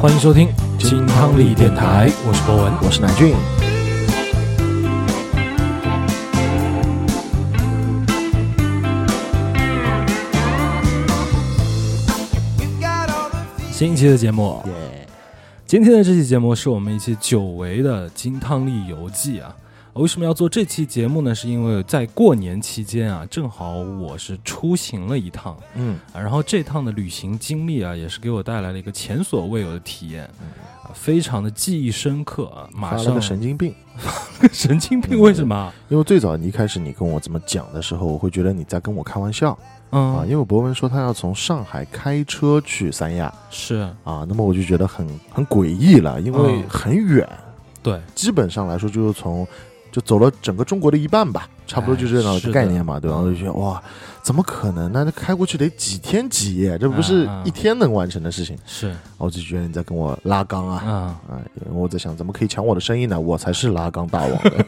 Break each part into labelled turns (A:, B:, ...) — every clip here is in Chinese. A: 欢迎收听金汤力电台，我是博文。
B: 我是南俊。
A: 新一期的节目，今天的这期节目是我们一期久违的金汤力游记啊。为什么要做这期节目呢？是因为在过年期间啊，正好我是出行了一趟，
B: 嗯，
A: 啊，然后这趟的旅行经历啊，也是给我带来了一个前所未有的体验，啊，非常的记忆深刻啊。马
B: 嗯发了
A: 上
B: 个神经病，
A: 神经病为什么啊？
B: 因为最早你一开始你跟我这么讲的时候，我会觉得你在跟我开玩笑、啊，
A: 嗯，
B: 因为博文说他要从上海开车去三亚
A: 是
B: 啊，那么我就觉得很很诡异了，因为
A: 嗯
B: 很远，
A: 对，
B: 基本上来说就是从。就走了整个中国的一半吧，差不多就这样
A: 哎是的
B: 的概念嘛，对吧？
A: 嗯
B: 我就觉得哇，怎么可能呢？那开过去得几天几夜，这不是
A: 嗯嗯
B: 一天能完成的事情。啊
A: 是
B: 我就觉得你在跟我拉缸啊，
A: 啊，
B: 啊，因为我在想怎么可以抢我的生意呢？我才是拉缸大王的。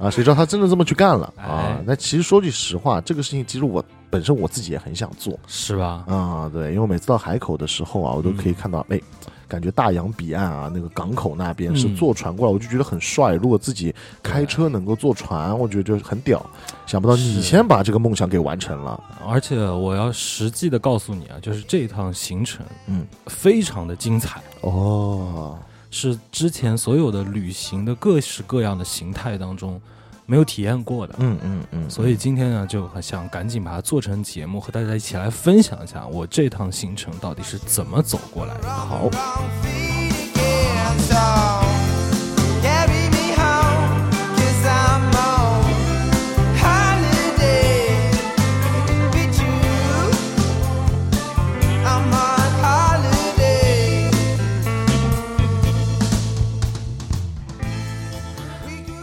B: 啊，谁知道他真的这么去干了啊
A: 哎？
B: 那其实说句实话，这个事情其实我本身我自己也很想做
A: 是吧？
B: 啊，对，因为我每次到海口的时候啊，我都可
A: 嗯
B: 以看到，哎，感觉大洋彼岸啊，那个港口那边是
A: 嗯
B: 坐船过来，我就觉得很帅。如果自己开车能够坐船，我觉得就很屌。想不到你
A: 是
B: 先把这个梦想给完成了，
A: 而且我要实际的告诉你啊，就是这一趟行程，
B: 嗯，
A: 非常的精彩，
B: 哦，
A: 是之前所有的旅行的各式各样的形态当中没有体验过的。
B: 嗯嗯嗯，
A: 所以今天呢，就很想赶紧把它做成节目，和大家一起来分享一下我这趟行程到底是怎么走过来的。好，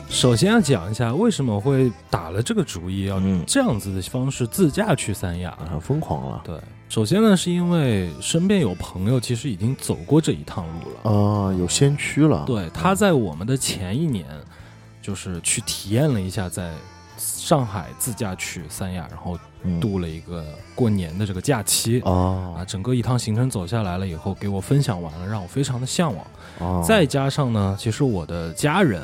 A: 首先要讲一下为什么我会打了这个主意，要
B: 嗯
A: 这样子的方式自驾去三亚。
B: 啊，疯狂了。
A: 对，首先呢，是因为身边有朋友其实已经走过这一趟路了。
B: 啊，有先驱了。
A: 对，他在我们的前一年，就是去体验了一下在上海自驾去三亚，然后
B: 嗯
A: 度了一个过年的这个假期。啊，
B: 哦
A: 整个一趟行程走下来了以后，给我分享完了，让我非常的向往。
B: 哦，
A: 再加上呢，其实我的家人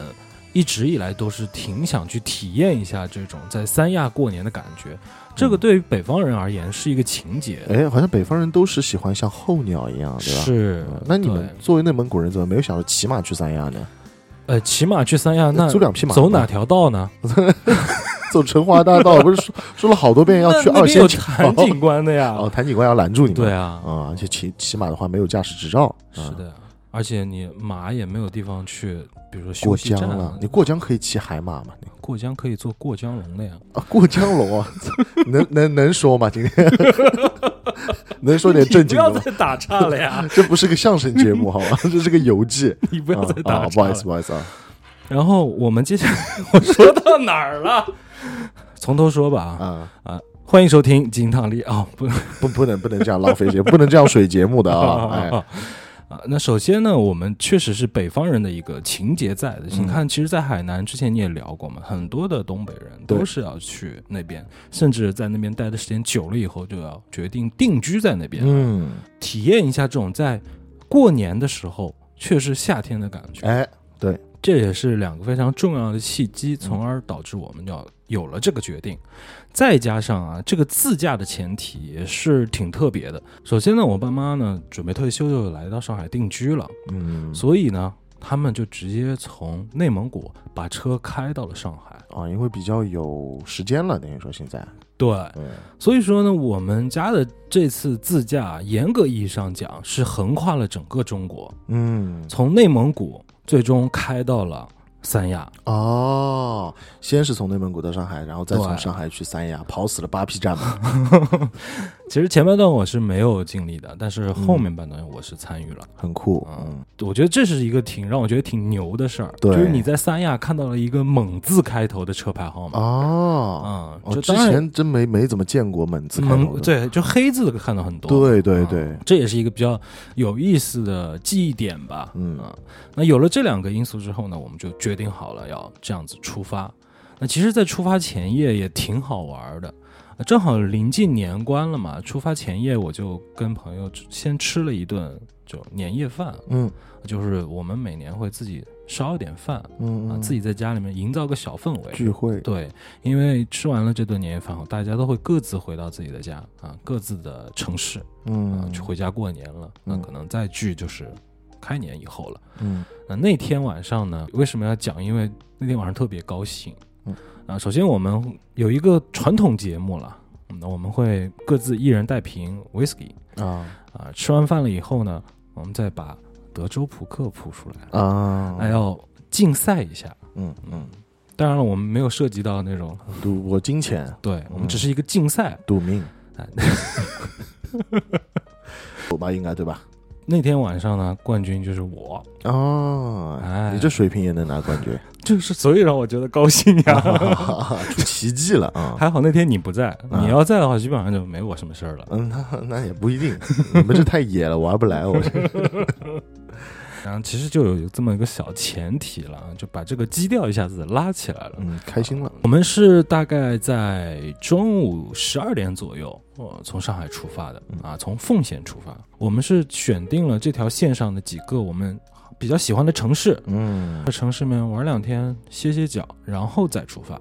A: 一直以来都是挺想去体验一下这种在三亚过年的感觉。这个对于北方人而言是一个情节，
B: 嗯哎，好像北方人都是喜欢像候鸟一样，对吧？
A: 是
B: 嗯。那你们
A: 对
B: 作为内蒙古人，怎么没有想着骑马去三亚呢？
A: 呃，骑马去三亚，那
B: 租两匹马
A: 走
B: 吧
A: 哪条道呢？
B: 走成华大 道，不是说说了好多遍要
A: 那
B: 去
A: 那
B: 二
A: 边有
B: 仙桥？
A: 弹警官的呀。
B: 哦，谭警官要拦住你们。
A: 对啊，
B: 啊，而且骑骑马的话没有驾驶执照，
A: 是
B: 嗯，
A: 的呀，而且你马也没有地方去，比如说休
B: 过
A: 息
B: 江
A: 站
B: 了
A: 啊。，
B: 你过江可以骑海马吗？你
A: 过江可以坐过江龙的呀。
B: 啊，过江龙啊， 能能能说吗？今天 能说点正经的吗？
A: 打岔了 呀！
B: 这不是个相声节目好 吧？这是个游记。
A: 你 不要再
B: 啊
A: 打岔
B: 啊，不
A: 了。
B: 好意思，不好意思啊。
A: 然后我们接下来我说到哪儿了？从头说吧啊！
B: 啊，
A: 欢迎收听金汤力哦，不
B: 不不能不能这样浪费节目，不能这样水节目的啊！ 哎，
A: 啊啊，那首先呢，我们确实是北方人的一个情节在的。
B: 嗯
A: 你看，其实，在海南之前你也聊过嘛，很多的东北人都
B: 对
A: 是要去那边，甚至在那边待的时间久了以后，就要决定定居在那边，
B: 嗯，
A: 体验一下这种在过年的时候却是夏天的感觉。
B: 哎，
A: 这也是两个非常重要的契
B: 嗯
A: 机，从而导致我们要有了这个决定。再加上啊，这个自驾的前提也是挺特别的。首先呢，我爸妈呢准备退休就来到上海定居了，
B: 嗯，
A: 所以呢，他们就直接从内蒙古把车开到了上海。
B: 啊，因为比较有时间了，等于说现在，
A: 对，
B: 嗯，
A: 所以说呢，我们家的这次自驾，啊严格意义上讲是横跨了整个中国，
B: 嗯，
A: 从内蒙古最终开到了三亚。
B: 哦，先是从内蒙古到上海，然后再从
A: 对
B: 上海去三亚，跑死了八匹战 马。
A: 其实前半段我是没有经历的，但是后面半段我是参与了。
B: 很酷，
A: 嗯，我觉得这是一个挺让我觉得挺牛的事儿，
B: 对
A: 就是你在三亚看到了一个蒙字开头的车牌号码，
B: 嗯哦，
A: 啊，
B: 我
A: 嗯就
B: 之
A: 当然
B: 前真没没怎么见过蒙自开头
A: 蒙
B: 的，
A: 对，就黑字的看到很多，
B: 对对
A: 啊
B: 对，
A: 这也是一个比较有意思的记忆点吧。
B: 嗯
A: 啊，那有了这两个因素之后呢，我们就决定好了要这样子出发。那其实，在出发前夜也挺好玩的，啊正好临近年关了嘛。出发前夜，我就跟朋友吃先吃了一顿，就年夜饭，
B: 嗯
A: 就是我们每年会自己烧一点饭
B: 嗯
A: 啊，
B: 嗯，
A: 自己在家里面营造个小氛围。
B: 聚会，
A: 对，因为吃完了这顿年夜饭后，大家都会各自回到自己的家啊，各自的城市啊，
B: 嗯，
A: 去回家过年了。那
B: 嗯
A: 可能再聚就是开年以后了。
B: 嗯
A: 那呃那天晚上呢，为什么要讲？因为那天晚上特别高兴。
B: 嗯
A: 啊，首先我们有一个传统节目了，嗯那我们会各自一人带瓶 whisky
B: 啊
A: 啊，吃完饭了以后呢，我们再把德州扑克扑出来，
B: 啊，
A: 还，要竞赛一下。
B: 嗯嗯，
A: 当然了，我们没有涉及到那种，
B: 赌博金钱，
A: 对我们
B: 嗯
A: 只是一个竞赛。
B: 赌命
A: 哎，
B: 赌吧，应该对吧？
A: 那天晚上呢，冠军就是我，
B: 哦，
A: 哎
B: 你这水平也能拿冠 军，
A: 就是所以让我觉得高兴
B: 哦
A: 呀。
B: 出奇迹了啊！
A: 还好那天你不在，
B: 啊
A: 你要在的话，基本上就没我什么事儿了。
B: 嗯，那那也不一定，你们这太野了，玩不来。我 这，
A: 然后其实就有这么一个小前提了啊，就把这个基调一下子拉起来了。
B: 嗯，开心了，
A: 我们是大概在中午十二点左右，呃，从上海出发的
B: 嗯
A: 啊，从奉贤出发。我们是选定了这条线上的几个我们比较喜欢的城市，
B: 嗯
A: 在城市里面玩两天，歇歇脚，然后再出发。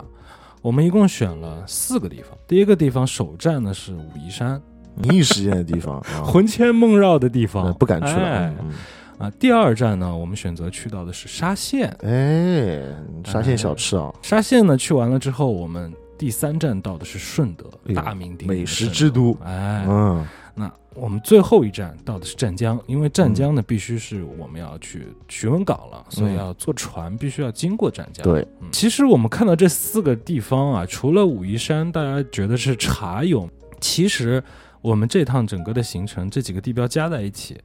A: 我们一共选了四个地方，第一个地方首站呢是武夷山，
B: 你一时间的地方啊，
A: 魂牵梦绕的地
B: 嗯
A: 方，
B: 不敢去
A: 哎
B: 了。嗯
A: 啊，第二站呢，我们选择去到的是沙县。
B: 嗯哎，沙县小吃啊，
A: 沙县呢，去完了之后，我们第三站到的是顺德，
B: 哎呦
A: 大名鼎鼎的
B: 美食
A: 顺德
B: 之都。
A: 哎，
B: 嗯
A: 那我们最后一站到的是湛江，因为湛
B: 嗯
A: 江呢，必须是我们要去徐闻港了，所以要坐船，必须要经过湛江。
B: 对
A: 嗯，其实我们看到这四个地方啊，除了武夷山，大家觉得是茶友，其实我们这趟整个的行程，这几个地标加在一起，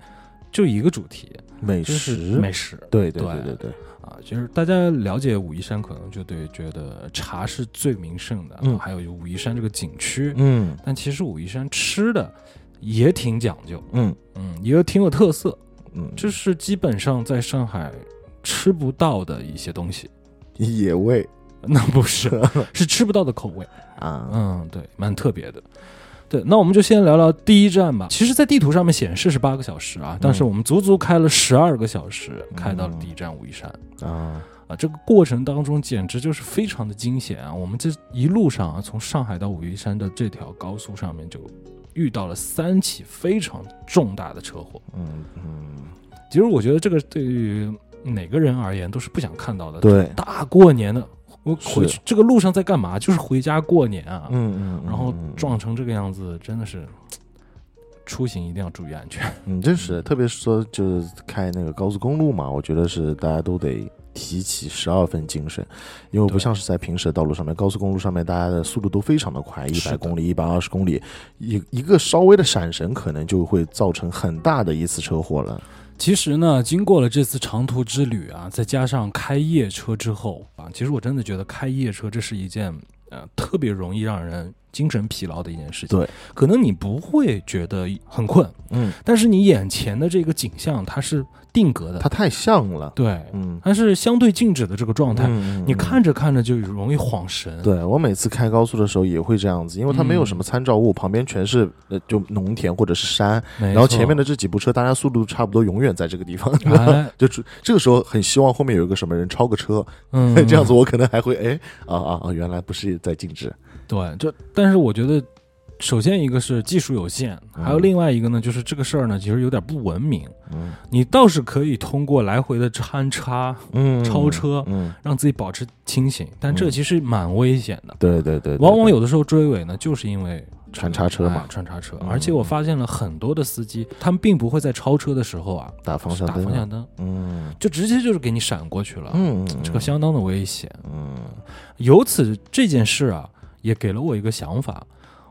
A: 就一个主题，
B: 美
A: 就是
B: 食，
A: 美食。
B: 对对
A: 对
B: 对对对，
A: 啊，其实大家了解武夷山，可能就对觉得茶是最名胜的，
B: 嗯
A: 还有武夷山这个景区。
B: 嗯
A: 但其实武夷山吃的也挺讲究，
B: 嗯
A: 嗯，也挺有特色，
B: 嗯，
A: 这是基本上在上海吃不到的一些东西。
B: 野味
A: 那不是，是吃不到的口味。
B: 啊，
A: 嗯，对，蛮特别的。对，那我们就先聊聊第一站吧。其实，在地图上面显示是八个小时啊，但是我们足足开了十二个小时，开到了第一站武夷山。
B: 啊，
A: 啊，这个过程当中简直就是非常的惊险啊！我们这一路上啊，从上海到武夷山的这条高速上面就遇到了三起非常重大的车祸。
B: 嗯嗯，
A: 其实我觉得这个对于哪个人而言都是不想看到的。，
B: 对，
A: 大过年的，我
B: 是
A: 回去这个路上在干嘛？就是回家过年啊，
B: 嗯嗯，
A: 然后
B: 嗯，
A: 撞成这个样子，真的是。出行一定要注意安全。
B: 嗯，真是，特别是说就是开那个高速公路嘛，我觉得是大家都得。提起十二分精神，因为
A: 对
B: 不像是在平时的道路上面，高速公路上面，大家的速度都非常的快，一
A: 是
B: 百
A: 的
B: 公里、一百二十公里，一一个稍微的闪神，可能就会造成很大的一次车祸了。
A: 其实呢，经过了这次长途之旅啊，再加上开夜车之后啊，其实我真的觉得开夜车这是一件呃特别容易让人精神疲劳的一件事情。
B: 对，
A: 可能你不会觉得很困，
B: 嗯，
A: 但是你眼前的这个景象它是定格的，
B: 它太像了，
A: 对，
B: 嗯，
A: 它是相对静止的这个状态，
B: 嗯
A: 你看，着看着就容易晃神。
B: 嗯对我每次开高速的时候也会这样子，因为它没有
A: 嗯
B: 什么参照物，旁边全是呃就农田或者是山，
A: 没错，
B: 然后前面的这几部车，大家速度差不多，永远在这个地方。
A: 哎，
B: 就是这个时候很希望后面有一个什么人超个车，
A: 嗯
B: ，这样子我可能还会哎啊啊啊，原来不是在静止，
A: 对，这但是我觉得，首先一个是技术有限，
B: 嗯
A: 还有另外一个呢，就是这个事儿呢，其实有点不文明。
B: 嗯
A: 你倒是可以通过来回的穿插
B: 嗯
A: 超车，
B: 嗯，
A: 让自己保持清醒，但这其实蛮危险的。
B: 对对嗯对，对
A: 往往有的时候追尾呢，就是因为
B: 穿插车
A: 哎
B: 嘛，
A: 穿插车。
B: 嗯
A: 而且我发现了很多的司机，他们并不会在超车的时候啊
B: 打方向
A: 打
B: 灯
A: 方
B: 啊，
A: 向灯，
B: 嗯
A: 就直接就是给你闪过去了。
B: 嗯，
A: 这个相当的危险。
B: 嗯
A: 由此这件事啊，也给了我一个想法：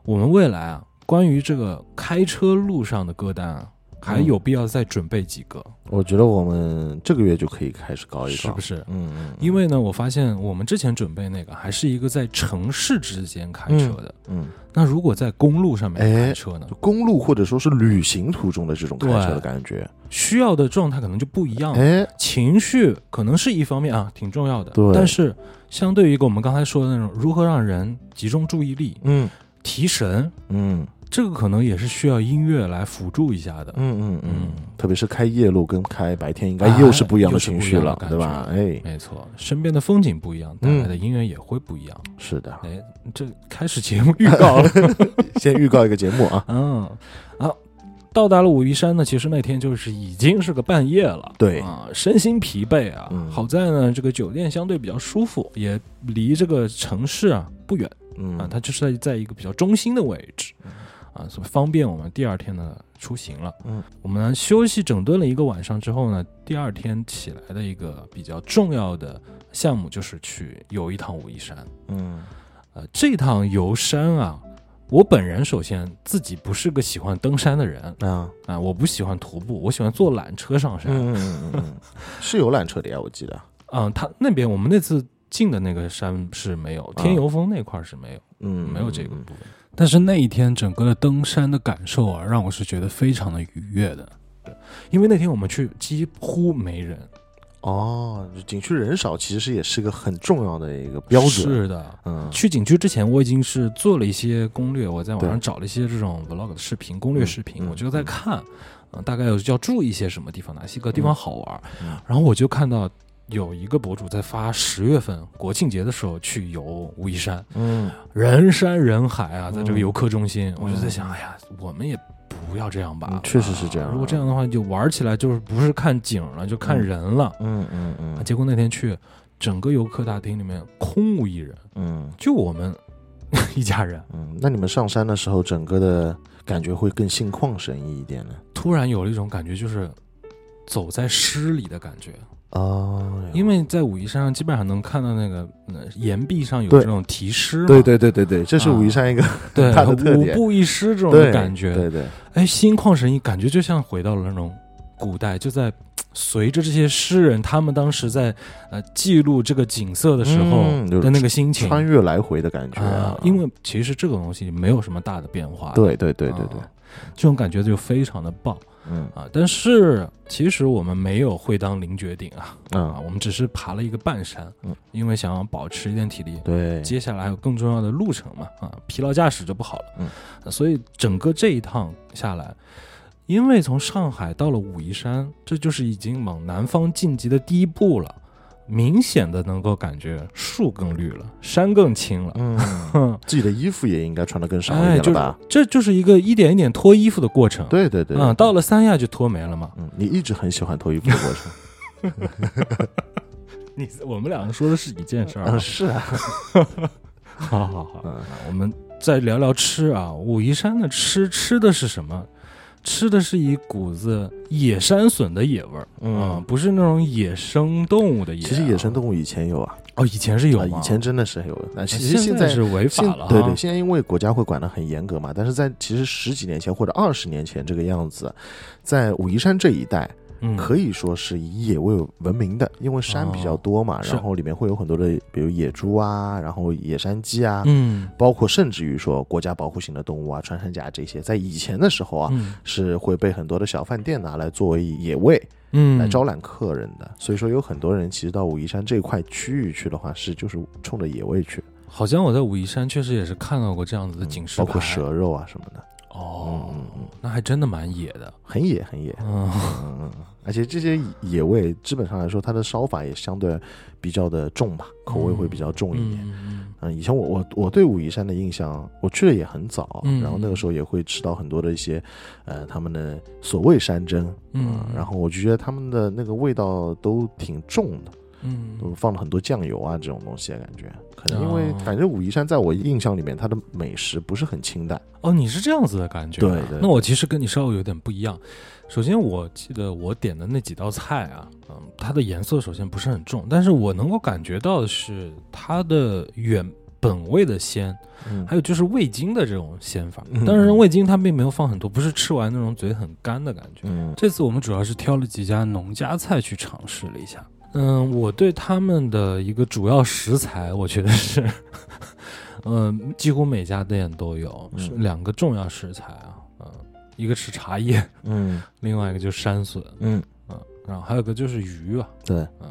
A: 我们未来啊，关于这个开车路上的歌单啊，还
B: 嗯
A: 有必要再准备几个，
B: 我觉得我们这个月就可以开始搞一搞，
A: 是不？是？
B: 嗯嗯，
A: 因为呢，我发现我们之前准备那个还是一个在城市之间开车的，
B: 嗯，
A: 那如果在公路上面
B: 哎
A: 开车呢，
B: 就公路或者说是旅行途中的这种开车的感觉，
A: 需要的状态可能就不一样了。
B: 哎，
A: 情绪可能是一方面啊，挺重要的。
B: 对
A: 但是相对于一个我们刚才说的那种，如何让人集中注意力、
B: 嗯
A: 提神，
B: 嗯，
A: 这个可能也是需要音乐来辅助一下的。
B: 嗯嗯嗯
A: 嗯，
B: 特别是开夜路跟开白天应该又是不一样
A: 哎
B: 的
A: 又是
B: 情
A: 不一
B: 绪
A: 样的
B: 了，
A: 感
B: 对吧？哎，
A: 没错，身边的风景不一样，带
B: 嗯
A: 来的音乐也会不一样。
B: 是的，
A: 哎，这开始节目预告了，，
B: 先预告一个节目啊
A: 嗯啊，到达了武夷山呢，其实那天就是已经是个半夜了，
B: 对
A: 啊，身心疲惫啊。
B: 嗯
A: 好在呢，这个酒店相对比较舒服，也离这个城市啊不远啊
B: 嗯，，
A: 它就是在在一个比较中心的位置啊，所以方便我们第二天的出行了。
B: 嗯，
A: 我们呢休息整顿了一个晚上之后呢，第二天起来的一个比较重要的项目就是去游一趟武夷山。
B: 嗯
A: 呃，这趟游山啊，我本人首先自己不是个喜欢登山的人啊、
B: 啊，
A: 我不喜欢徒步，我喜欢坐缆车上山。嗯，
B: 嗯嗯嗯嗯嗯，是有缆车的呀，我记得，
A: 他啊那边我们那次进的那个山是没有，天游峰那块儿是没有，
B: 嗯，
A: 没有这个
B: 嗯
A: 部分。但是那一天整个的登山的感受啊，让我是觉得非常的愉悦的，因为那天我们去几乎没人，
B: 哦，景区人少其实也是个很重要的一个标准，
A: 是的，
B: 嗯
A: 去景区之前，我已经是做了一些攻略，我在网
B: 对
A: 上找了一些这种 vlog 的视频、攻略视
B: 嗯
A: 频，
B: 嗯
A: 我就在看，呃，大概有要注意一些什么地方，哪些个地方好玩
B: 嗯。
A: 然后我就看到有一个博主在发十月份国庆节的时候去游武夷山，
B: 嗯，
A: 人山人海啊，在这个
B: 嗯
A: 游客中心，我就在想，
B: 嗯
A: 哎呀，我们也不要这样吧
B: 嗯，确实是这样
A: 啊如果这样的话，就玩起来就是不是看景了，就看
B: 嗯
A: 人了。
B: 嗯嗯
A: 啊
B: 嗯
A: 结果那天去，整个游客大厅里面空无一人。
B: 嗯
A: 就我 们一家人，
B: 嗯，那你们上山的时候，整个的感觉会更心旷神怡一点呢？
A: 突然有了一种感觉，就是走在诗里的感觉。
B: 哦，
A: 因为在武夷山上，基本上能看到那个、呃岩壁上有
B: 对
A: 这种题诗嘛，
B: 对对对对对，这是武夷山一个
A: 对
B: 大的特
A: 五
B: 点
A: 步一诗这种
B: 对
A: 的感觉，
B: 对对，
A: 哎，心旷神怡，感觉就像回到了那种古代，就在嘖随着这些诗人他们当时在呃记录这个景色的时候
B: 嗯就是
A: 的那个心情
B: 穿越来回的感觉
A: 啊，因为其实这个东西没有什么大的变化，
B: 对对对对
A: 啊
B: 对，
A: 这种感觉就非常的棒。
B: 嗯
A: 啊，但是其实我们没有会当凌绝顶啊，啊，
B: 嗯，
A: 我们只是爬了一个半山，
B: 嗯
A: 因为想要保持一点体力，
B: 对，
A: 接下来还有更重要的路程嘛，啊，疲劳驾驶就不好了，
B: 嗯
A: 啊所以整个这一趟下来，因为从上海到了武夷山，这就是已经往南方晋级的第一步了，明显的能够感觉树更绿了，山更青了，
B: 嗯，
A: 哼，
B: 自己的衣服也应该穿的更少一
A: 哎，
B: 点
A: 就是
B: 了吧？
A: 这就是一个一点一点脱衣服的过程，
B: 对对对，
A: 啊，到了三亚就脱没了嘛。
B: 嗯，你一直很喜欢脱衣服的过程，
A: 你我们两个说的是一件事儿、
B: 嗯， 是啊，
A: 好好好，
B: 嗯
A: 我们再聊聊吃啊。武夷山的吃吃的是什么？吃的是一股子野山笋的野味儿，嗯，不是那种野生动物的野、
B: 其实野生
A: 物
B: 动物以前有啊，
A: 哦，以前是有
B: 啊
A: 吗？
B: 以前真的是有的，但
A: 哎
B: 其实现在
A: 是违法
B: 现
A: 了哈，
B: 对对，现在因为国家会管得很严格嘛，但是在其实十几年前或者二十年前这个样子，在武夷山这一带
A: 嗯，
B: 可以说是以野为闻名的，因为山比较多嘛，
A: 哦是
B: 然后里面会有很多的，比如野猪啊，然后野山鸡啊，
A: 嗯
B: 包括甚至于说国家保护型的动物啊，穿山甲这些，在以前的时候啊。
A: 嗯
B: 是会被很多的小饭店拿来作为野味
A: 嗯
B: 来招揽客人的，所以说有很多人其实到武夷山这块区域去的话，是就是冲着野味去，嗯
A: 好像我在武夷山确实也是看到过这样子的警示
B: 包
A: 牌，
B: 括蛇肉啊什么的，
A: 哦
B: 嗯嗯嗯，
A: 那还真的蛮野的，
B: 很野很野。
A: 嗯
B: 嗯，嗯嗯，而且这些野味基本上来说，它的烧法也相对比较的重吧，口味会比较重一点。嗯
A: 嗯
B: 以前我我我对武夷山的印象，我去的也很早，
A: 嗯
B: 然后那个时候也会吃到很多的一些，呃，他们的所谓山珍，
A: 嗯
B: 然后我就觉得他们的那个味道都挺重的，
A: 嗯
B: 都
A: 嗯
B: 放了很多酱油啊这种东西，感觉可能因为
A: 哦
B: 反正武夷山在我印象里面，它的美食不是很清淡，
A: 哦，你是这样子的感觉啊、
B: 对对
A: 那我其实跟你稍微有点不一样。首先，我记得我点的那几道菜啊，嗯，它的颜色首先不是很重，但是我能够感觉到的是它的原本味的鲜，
B: 嗯
A: 还有就是味精的这种鲜法
B: 嗯。
A: 当然，味精它并没有放很多，不是吃完那种嘴很干的感觉。
B: 嗯
A: 这次我们主要是挑了几家农家菜去尝试了一下。嗯，我对他们的一个主要食材，我觉得是， 嗯，几乎每家店都有、
B: 嗯
A: 是两个重要食材啊，嗯，一个是茶叶，
B: 嗯
A: 另外一个就是山笋，
B: 嗯，
A: 嗯，然后还有个就是鱼啊，
B: 对，
A: 嗯，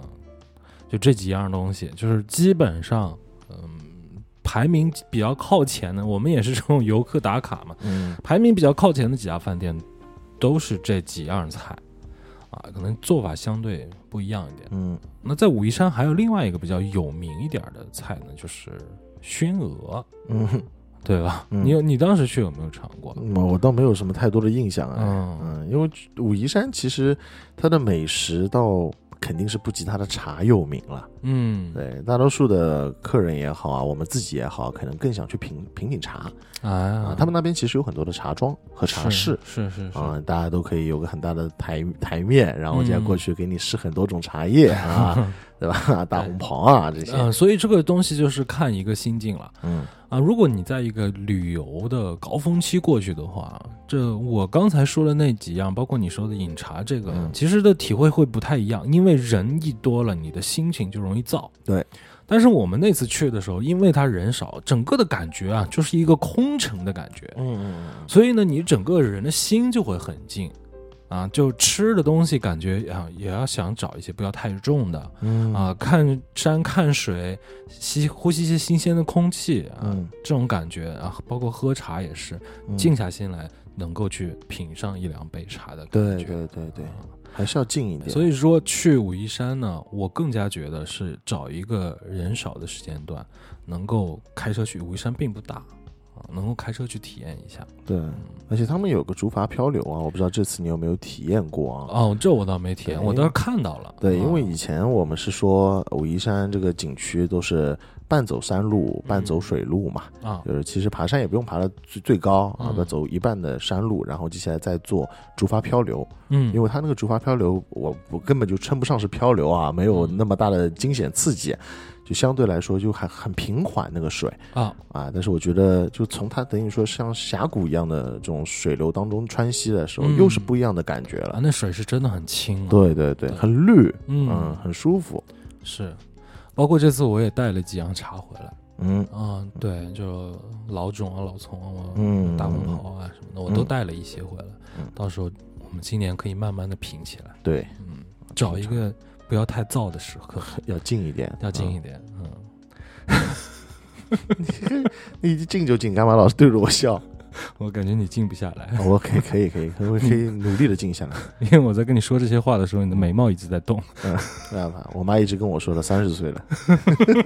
A: 就这几样东西，就是基本上，嗯，排名比较靠前的，我们也是这种游客打卡嘛，
B: 嗯
A: 排名比较靠前的几家饭店都是这几样菜，啊，可能做法相对不一样一点。
B: 嗯
A: 那在武夷山还有另外一个比较有名一点的菜呢，就是熏鹅，
B: 嗯，
A: 对吧？
B: 嗯
A: 你有你当时去有没有尝过？
B: 嗯我倒没有什么太多的印象啊。
A: 嗯，
B: 嗯，因为武夷山其实它的美食倒肯定是不及它的茶有名了。
A: 嗯，
B: 对，大多数的客人也好啊，我们自己也好，可能更想去品品品茶
A: 啊
B: 啊。他们那边其实有很多的茶庄和茶室
A: 是。是是是，嗯
B: 啊、大家都可以有个很大的台台面，然后人家过去给你试很多种茶叶、啊， 对吧？大红袍啊这些，
A: 嗯，所以这个东西就是看一个心境了
B: 嗯
A: 啊。如果你在一个旅游的高峰期过去的话，这我刚才说的那几样，包括你说的饮茶这个，
B: 嗯
A: 其实的体会会不太一样，因为人一多了，你的心情就容易燥。
B: 对。
A: 但是我们那次去的时候，因为他人少，整个的感觉啊，就是一个空城的感觉，
B: 嗯嗯
A: 所以呢，你整个人的心就会很静，啊，就吃的东西感觉啊，也要想找一些不要太重的，
B: 嗯
A: 啊，看山看水，吸呼吸一些新鲜的空气啊，
B: 嗯
A: 这种感觉啊，包括喝茶也是，
B: 嗯
A: 静下心来能够去品上一两杯茶的感觉。
B: 对
A: 啊
B: 对对对，还是要静一点。
A: 所以说去武夷山呢，我更加觉得是找一个人少的时间段，能够开车去。武夷山并不大啊，能够开车去体验一下。
B: 对，而且他们有个竹筏漂流啊，我不知道这次你有没有体验过啊？
A: 哦，这我倒没体验，
B: 对
A: 我倒是看到了。
B: 对，
A: 啊
B: 因为以前我们是说呃武夷山这个景区都是半走山路、
A: 嗯
B: 半走水路嘛，
A: 啊，
B: 就是其实爬山也不用爬到最最高啊，
A: 嗯
B: 要走一半的山路，然后接下来再做竹筏漂流。
A: 嗯，
B: 因为它那个竹筏漂流，我我根本就称不上是漂流啊，没有
A: 嗯
B: 那么大的惊险刺激，就相对来说就很很平缓那个水。
A: 啊，
B: 啊，但是我觉得，就从它等于说像峡谷一样的这种水流当中穿溪的时候，
A: 嗯
B: 又是不一样的感觉了
A: 啊。那水是真的很清、啊。，
B: 对对对，很绿，嗯，
A: 嗯，
B: 很舒服，
A: 是。包括这次我也带了几样茶回来。
B: 嗯
A: 嗯，对，就老种啊、老葱啊、
B: 嗯，
A: 大红
B: 嗯
A: 袍啊什么的，我都带了一些回来。
B: 嗯
A: 到时候我们今年可以慢慢的品起来，
B: 对，
A: 嗯，找一个不要太燥的时刻，
B: 要静一点，
A: 要静一
B: 嗯，
A: 点。嗯，
B: 你静嗯就静，干嘛老是对着 我笑？
A: 我感觉你静不下来，
B: 我可以可以可以，可以可
A: 嗯
B: 以努力的静下来。
A: 因为我在跟你说这些话的时候，你的眉毛一直在动。
B: 没办法，我妈一直跟我说了，三十岁了，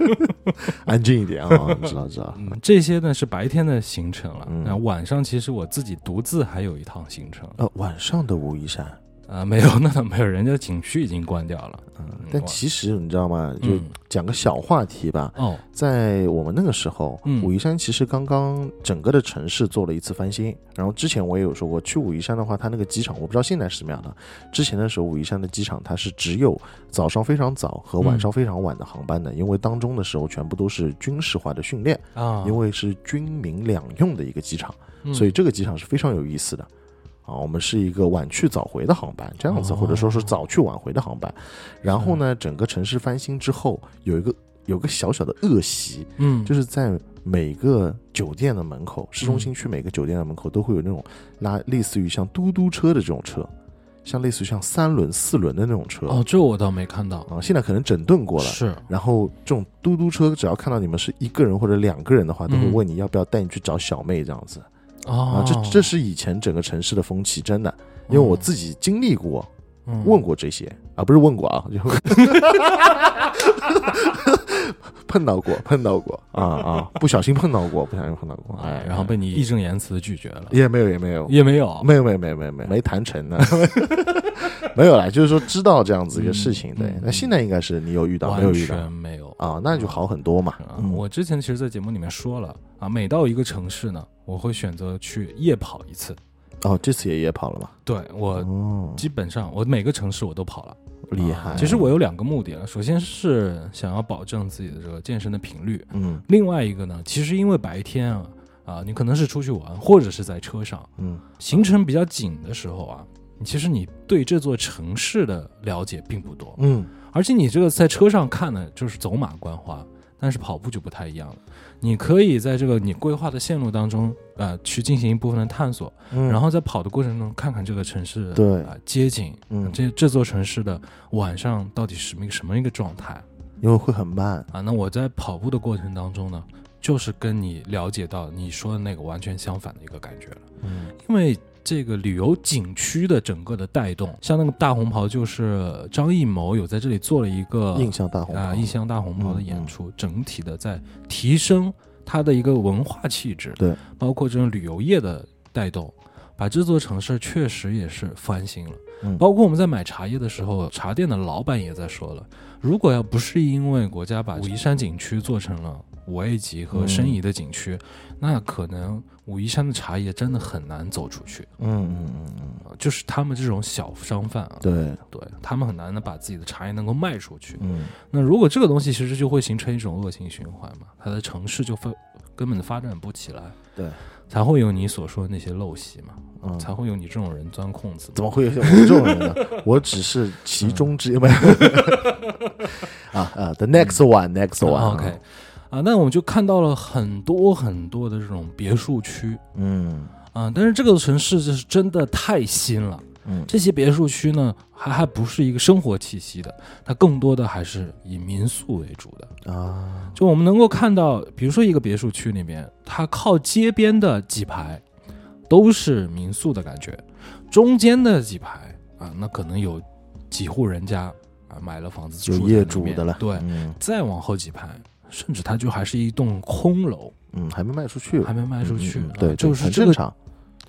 B: 安静一点啊，知道知道。
A: 嗯，这些呢是白天的行程了，
B: 嗯
A: 然后晚上其实我自己独自还有一趟行程。
B: 呃，晚上的武夷山，
A: 啊，没有，那倒没有，人家景区已经关掉了。
B: 嗯
A: 嗯，
B: 但
A: 哇
B: 其实你知道吗？就
A: 嗯
B: 讲个小话题吧，
A: 哦，
B: 在我们那个时候，
A: 嗯
B: 武夷山其实刚刚整个的城市做了一次翻新。然后之前我也有说过，去武夷山的话，它那个机场我不知道现在是什么样的。之前的时候，武夷山的机场它是只有早上非常早和晚
A: 嗯
B: 上非常晚的航班的，因为当中的时候全部都是军事化的训练，
A: 啊，
B: 因为是军民两用的一个机场，
A: 嗯
B: 所以这个机场是非常有意思的。啊，我们是一个晚去早回的航班，这样子，
A: 哦
B: 或者说是早去晚回的航班。然后呢，整个城市翻新之后，有一个有个小小的恶习，
A: 嗯，
B: 就是是在每个酒店的门口，市中心区每个酒店的门口都会有那种拉类似于像嘟嘟车的这种车，像类似于像三轮、四轮的那种车
A: 哦，这我倒没看到。
B: 啊，现在可能整顿过了。
A: 是，
B: 然后这种嘟嘟车，只要看到你们是一个人或者两个人的话，都会
A: 嗯
B: 问你要不要带你去找小妹这样子
A: 哦哦
B: 啊。，这这是以前整个城市的风气，真的，因为我自己经历过，问
A: 过，
B: 过这些啊，不是问过啊， 就碰到过，碰到过啊啊，不小心碰到过，不小心碰到过，哎
A: 哎，，然后被你义正言辞的拒绝了，
B: 也没有也没有
A: 也没有，
B: 没有没有没有没有没有没谈成呢， 没有啦，就是说知道这样子一个事情，
A: 嗯
B: 对
A: 嗯，
B: 那现在应该是你有遇到没有
A: 完
B: 遇到
A: 全没有。
B: 啊，那就好很多嘛，
A: 啊
B: 嗯
A: 我之前其实，在节目里面说了啊，每到一个城市呢，我会选择去夜跑一次。
B: 哦，这次也夜跑了嘛，
A: 对我
B: 哦，
A: 基本上，我每个城市我都跑了。啊
B: 厉害，
A: 其实我有两个目的啊，首先是想要保证自己的这个健身的频率，
B: 嗯
A: 另外一个呢，其实因为白天啊啊，你可能是出去玩，或者是在车上，
B: 嗯
A: 行程比较紧的时候啊，你其实你对这座城市的了解并不多，
B: 嗯
A: 而且你这个在车上看呢，就是走马观花，但是跑步就不太一样了。你可以在这个你规划的线路当中，呃，去进行一部分的探索，
B: 嗯，
A: 然后在跑的过程中看看这个城市
B: 对
A: 啊、街景，
B: 嗯，
A: 这这座城市的晚上到底是什么一个什么一个状态
B: 因为会很慢，
A: 啊？那我在跑步的过程当中呢，就是跟你了解到你说的那个完全相反的一个感觉了。
B: 嗯
A: 因为这个旅游景区的整个的带动，像那个大红袍，就是张艺谋有在这里做了一个
B: 印象大红嗯袍
A: 啊印象大红袍的演出，整体的在提升它的一个文化气质，
B: 对，
A: 包括这种旅游业的带动。把这座城市确实也是翻新了，
B: 嗯
A: 包括我们在买茶叶的时候，茶店的老板也在说了，如果要不是因为国家把武夷山景区做成了五 A 级
B: 嗯
A: 和申遗的景区，那可能武夷山的茶叶真的很难走出去。
B: 嗯嗯嗯嗯，
A: 啊就是他们这种小商贩啊，
B: 对，
A: 对他们很难的把自己的茶叶能够卖出去。
B: 嗯
A: 那如果这个东西其实就会形成一种恶性循环嘛，它的城市就发根本发展不起来，
B: 对，
A: 才会有你所说的那些陋习嘛，
B: 嗯，
A: 才会有你这种人钻空子嘛。
B: 怎么会有像我这种人呢？ 我只是其中之一。
A: 嗯
B: 没有 啊啊，the next one，next one
A: 啊
B: 啊。
A: OK，啊，那我们就看到了很多很多的这种别墅区
B: 嗯
A: 啊，但是这个城市就是真的太新了。
B: 嗯
A: 这些别墅区呢，还还不是一个生活气息的，它更多的还是以民宿为主的。
B: 啊，
A: 就我们能够看到，比如说一个别墅区里面，它靠街边的几排都是民宿的感觉，中间的几排啊，那可能有几户人家啊买了房子
B: 有
A: 住在
B: 业
A: 里
B: 主
A: 面
B: 的了。
A: 对，
B: 嗯
A: 再往后几排，甚至它就还是一栋空楼，
B: 嗯，还没卖出去，
A: 还没卖出去。
B: 嗯嗯
A: 啊
B: 对，对
A: 就是
B: 很
A: 这
B: 正
A: 个
B: 常。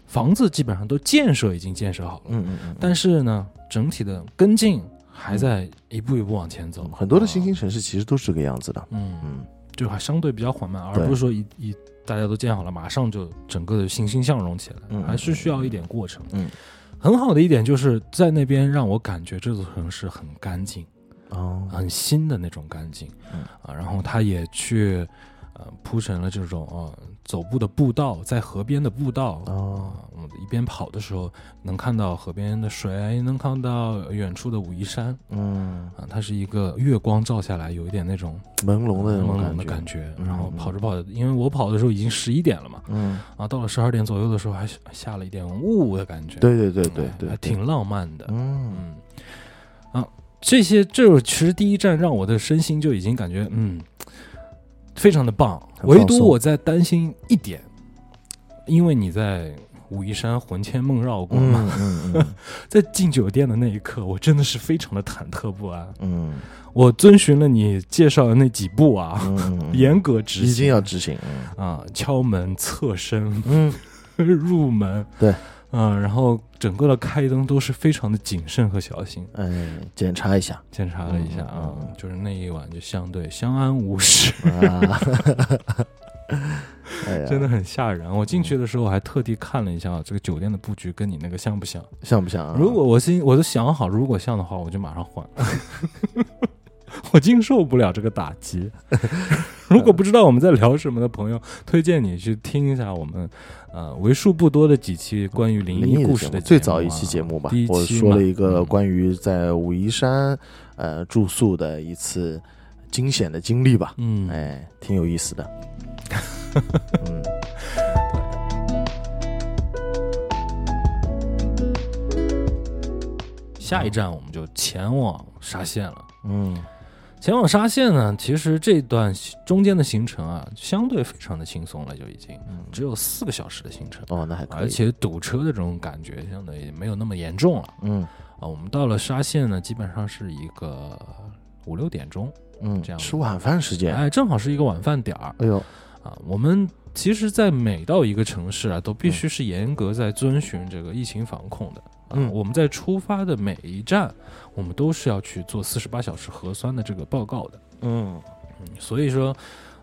A: 房子基本上都建设已经建设好了，
B: 嗯嗯嗯，
A: 但是呢，整体的跟进还在一步一步往前走
B: 嗯。很多的
A: 啊
B: 新兴城市其实都是这个样子的。
A: 嗯，
B: 嗯，
A: 就还相对比较缓慢，而
B: 对
A: 不是说一一大家都建好了，马上就整个的欣欣向荣起来，
B: 嗯
A: 还是需要一点过程。
B: 嗯，
A: 很好的一点就是在那边让我感觉这座城市很干净，
B: 哦，
A: 很新的那种干净。
B: 嗯
A: 啊，然后他也去呃铺成了这种呃走步的步道，在河边的步道。
B: 哦，
A: 啊，我们一边跑的时候，能看到河边的水，能看到远处的武夷山
B: 嗯，
A: 啊，它是一个月光照下来，有一点那种
B: 朦胧的那种
A: 朦胧的
B: 感
A: 感
B: 觉。
A: 觉。
B: 嗯
A: 然后跑着跑着，因为我跑的时候已经十一点了嘛，
B: 嗯，
A: 啊，到了十二点左右的时候还下下了一点雾的感觉，
B: 对对对对
A: 哎
B: 对，
A: 还
B: 对。
A: 挺浪漫的。
B: 嗯
A: 嗯，啊，这些这其实第一站让我的身心就已经感觉嗯，非常的棒，
B: 很
A: 唯
B: 放
A: 独
B: 松
A: 我在担心一点，因为你在。武夷山魂牵梦绕过嘛，
B: 嗯嗯嗯
A: 在进酒店的那一刻，我真的是非常的忐忑不安。
B: 嗯
A: 我遵循了你介绍的那几步啊，
B: 嗯 嗯，
A: 严格执行，
B: 一定要执行。嗯
A: 啊，敲门、侧身、
B: 嗯，
A: 入门，
B: 对，
A: 啊，然后整个的开灯都是非常的谨慎和小心。
B: 哎，检查 一下
A: 检查了一下啊，
B: 嗯嗯嗯
A: 就是那一晚就相对相安无事，
B: 啊。哎呀，
A: 真的很吓人。我进去的时候还特地看了一下这个酒店的布局跟你那个像不像。
B: 像不像啊？
A: 如果我心我都想好，如果像的话，我就马上换。 我经受不了这个打击。 如果不知道我们在聊什么的朋友，推荐你去听一下我们呃为数不多的几期关于灵
B: 灵异
A: 异故事
B: 节目
A: 的
B: 最
A: 节目
B: 早一
A: 啊
B: 期节目吧
A: 第一，
B: 我
A: 期
B: 说
A: 嘛
B: 了一个
A: 嗯
B: 关于在武夷山呃住宿的一次惊险的经历吧，
A: 嗯，
B: 哎，挺有意思的。 嗯，
A: 下一站我们就前往沙县了。
B: 嗯
A: 前往沙县呢，其实这段中间的行程啊，相对非常的轻松了，就已经
B: 嗯，
A: 只有四个小时的行程，
B: 哦，那还可以。
A: 而，且堵车的这种感觉相对也没有那么严重了
B: 嗯
A: 啊。我们到了沙县呢，基本上是一个五六点钟，
B: 嗯，
A: 这样
B: 吃晚饭时间。
A: 哎，正好是一个晚饭点儿
B: 哎呦，
A: 啊。我们其实，在每到一个城市啊，都必须是严格在遵循这个疫情防控的。啊
B: 嗯
A: 我们在出发的每一站，我们都是要去做四十八小时核酸的这个报告的。
B: 嗯
A: 所以说，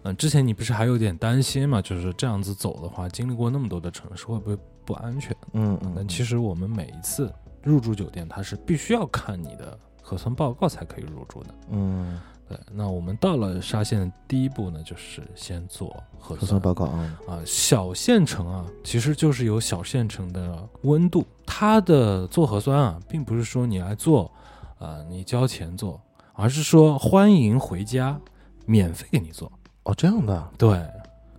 A: 嗯、之前你不是还有点担心嘛？就是这样子走的话，经历过那么多的城市，会不会不安全？
B: 嗯
A: 但
B: 嗯，
A: 其实我们每一次入住酒店，它是必须要看你的核酸报告才可以入住的。
B: 嗯，
A: 对，那我们到了沙县的第一步呢，就是先做核
B: 核
A: 酸
B: 酸报告啊，
A: 啊、小县城啊，其实就是有小县城的温度，它的做核酸啊，并不是说你来做，啊，你交钱做，而是说欢迎回家，免费给你做。
B: 哦，这样的，
A: 对，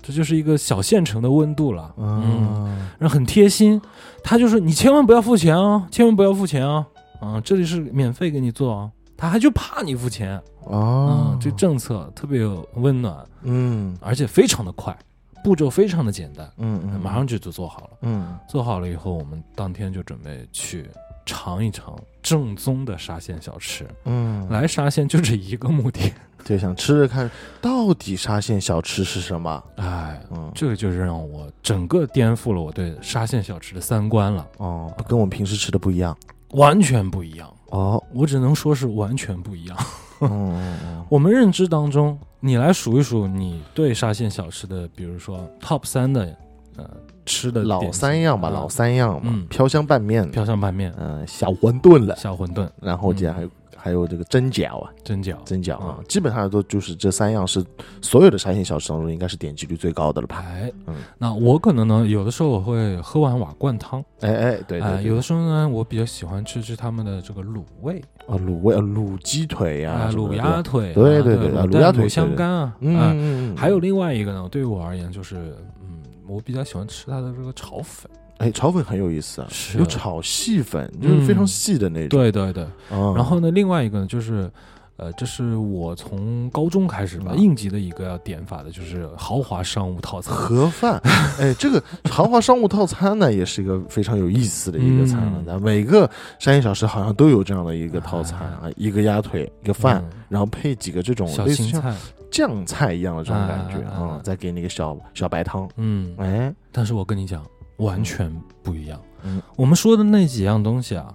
A: 这就是一个小县城的温度
B: 啊
A: 了。嗯，
B: 嗯
A: 然后很贴心，他就是你千万不要付钱哦，千万不要付钱哦，啊，这里是免费给你做哦。他还就怕你付钱啊、
B: 哦
A: 嗯，这政策特别有温暖，
B: 嗯
A: 而且非常的快，步骤非常的简单，
B: 嗯嗯，
A: 马上就就做好了。
B: 嗯
A: 做好了以后，我们当天就准备去尝一尝正宗的沙县小吃。
B: 嗯，
A: 来沙县就这一个目 的，
B: 就想吃吃看到底沙县小吃是什么。
A: 哎，
B: 嗯
A: 这个就是让我整个颠覆了我对沙县小吃的三观了，
B: 哦，跟我们平时吃的不一样
A: 完全不一样。
B: 哦。
A: 我只能说是完全不一样。
B: 嗯嗯嗯
A: 我们认知当中，你来数一数你对沙县小吃的，比如说 top 三的，呃，吃的
B: 老
A: 点心
B: 三样吧，
A: 啊
B: 老三样嘛
A: 嗯，
B: 飘香拌面，
A: 飘香拌面、
B: 嗯，小馄饨了，
A: 小馄饨、
B: 然后接着还有还有这个蒸饺啊，
A: 蒸饺，
B: 蒸饺啊
A: 嗯，
B: 基本上都就是这三样是所有的沙县小吃当中应该是点击率最高的了吧？
A: 哎，
B: 嗯
A: 那我可能呢，有的时候我会喝碗瓦罐汤，
B: 哎哎，对
A: 啊、
B: 对，
A: 有
B: 对
A: 的时候呢，我比较喜欢吃吃他们的这个卤味
B: 啊，卤味啊，卤鸡腿呀
A: 啊，
B: 什么
A: 卤
B: 的
A: 鸭，腿啊，
B: 对对
A: 对
B: 对啊
A: 卤
B: 卤鸭
A: 蛋
B: 腿
A: 卤香
B: 对
A: 干啊，
B: 嗯
A: 啊
B: 嗯，嗯
A: 还有另外一个呢，对我而言就是，嗯，我比较喜欢吃它的这个炒粉，
B: 哎，炒粉很有意思啊，
A: 是
B: 有炒细粉，就是非常
A: 嗯
B: 细的那种。
A: 对对对。
B: 嗯
A: 然后呢，另外一个呢就是，呃，这是我从高中开始吧，
B: 嗯
A: 应急的一个要点法的，就是豪华商务套餐。
B: 盒饭，哎，这个豪华商务套餐呢，也是一个非常有意思的一个餐了。
A: 嗯
B: 那每个沙县小吃好像都有这样的一个套餐啊，一个鸭腿，一个饭，
A: 嗯
B: 然后配几个这种
A: 小
B: 类似
A: 青
B: 像
A: 菜，
B: 酱菜一样的这种感觉
A: 啊啊啊啊
B: 啊，再给你个小小白汤，
A: 嗯，
B: 哎，
A: 但是我跟你讲，完全不一样。
B: 嗯
A: 我们说的那几样东西啊，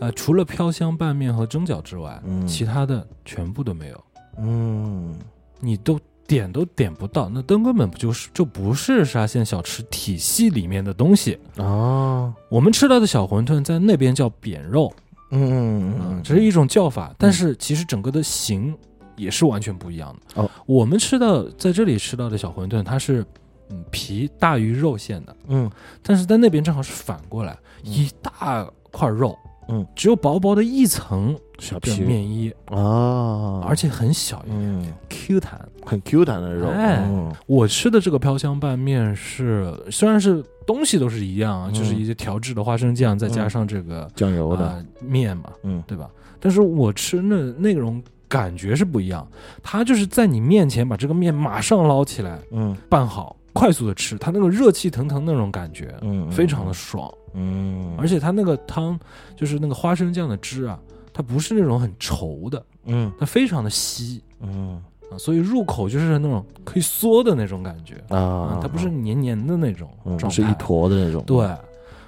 A: 呃，除了飘香拌面和蒸饺之外，
B: 嗯
A: 其他的全部都没有，
B: 嗯，
A: 你都点都点不到，那根根本不就是就不是沙县小吃体系里面的东西。
B: 哦，
A: 我们吃到的小馄饨在那边叫扁肉，
B: 嗯嗯
A: 啊
B: 嗯，，
A: 这是一种叫法，但是其实整个的形也是完全不一样的。
B: 哦，
A: 我们吃到在这里吃到的小馄饨，它是嗯皮大于肉馅的，
B: 嗯
A: 但是在那边正好是反过来，
B: 嗯
A: 一大块肉，
B: 嗯，
A: 只有薄薄的一层
B: 小
A: 的
B: 皮
A: 面衣，
B: 啊，
A: 而且很小
B: 嗯，
A: ，Q 弹。
B: 很 Q 弹的肉，
A: 哎
B: 嗯
A: 我吃的这个飘香拌面是，虽然是东西都是一样啊，
B: 嗯
A: 就是一些调制的花生酱，再加
B: 嗯
A: 上这个
B: 酱油的，
A: 呃面嘛，
B: 嗯
A: 对吧？但是我吃那那种感觉是不一样，它就是在你面前把这个面马上捞起来
B: 嗯
A: 拌好，快速的吃，它那个热气腾腾那种感觉，
B: 嗯，
A: 非常的爽。
B: 嗯，
A: 而且它那个汤就是那个花生酱的汁啊，它不是那种很稠的，
B: 嗯
A: 它非常的稀
B: 嗯
A: 啊，所以入口就是那种可以缩的那种感觉
B: 啊
A: 啊，，它不是黏黏的那种
B: 嗯，
A: 状态，
B: 是一坨的那种，
A: 对，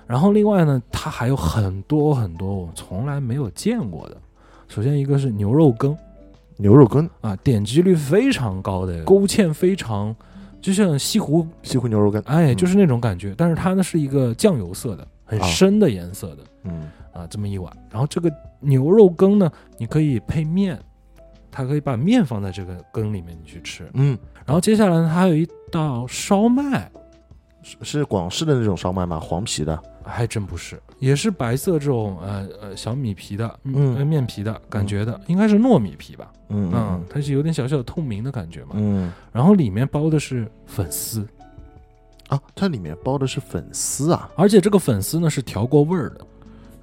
A: 然后另外呢，它还有很多很多我从来没有见过的。首先一个是牛肉羹
B: 牛肉羹，
A: 啊，点击率非常高的，勾芡非常，就像西湖，
B: 西湖牛肉羹，
A: 哎，
B: 嗯
A: 就是那种感觉。但是它呢是一个酱油色的，很
B: 啊
A: 深的颜色的
B: 嗯
A: 啊，这么一碗。然后这个牛肉羹呢，你可以配面，它可以把面放在这个羹里面你去吃。
B: 嗯，
A: 然后接下来呢，它还有一道烧麦，
B: 是是广式的那种烧麦吗？黄皮的，
A: 还真不是，也是白色这种呃呃小米皮的，
B: 嗯
A: 呃面皮的感觉的，应该是糯米皮吧，
B: 嗯
A: 嗯，它是有点小小透明的感觉嘛，
B: 嗯
A: 然后里面包的是粉丝，
B: 啊，它里面包的是粉丝啊，
A: 而且这个粉丝呢是调过味儿的，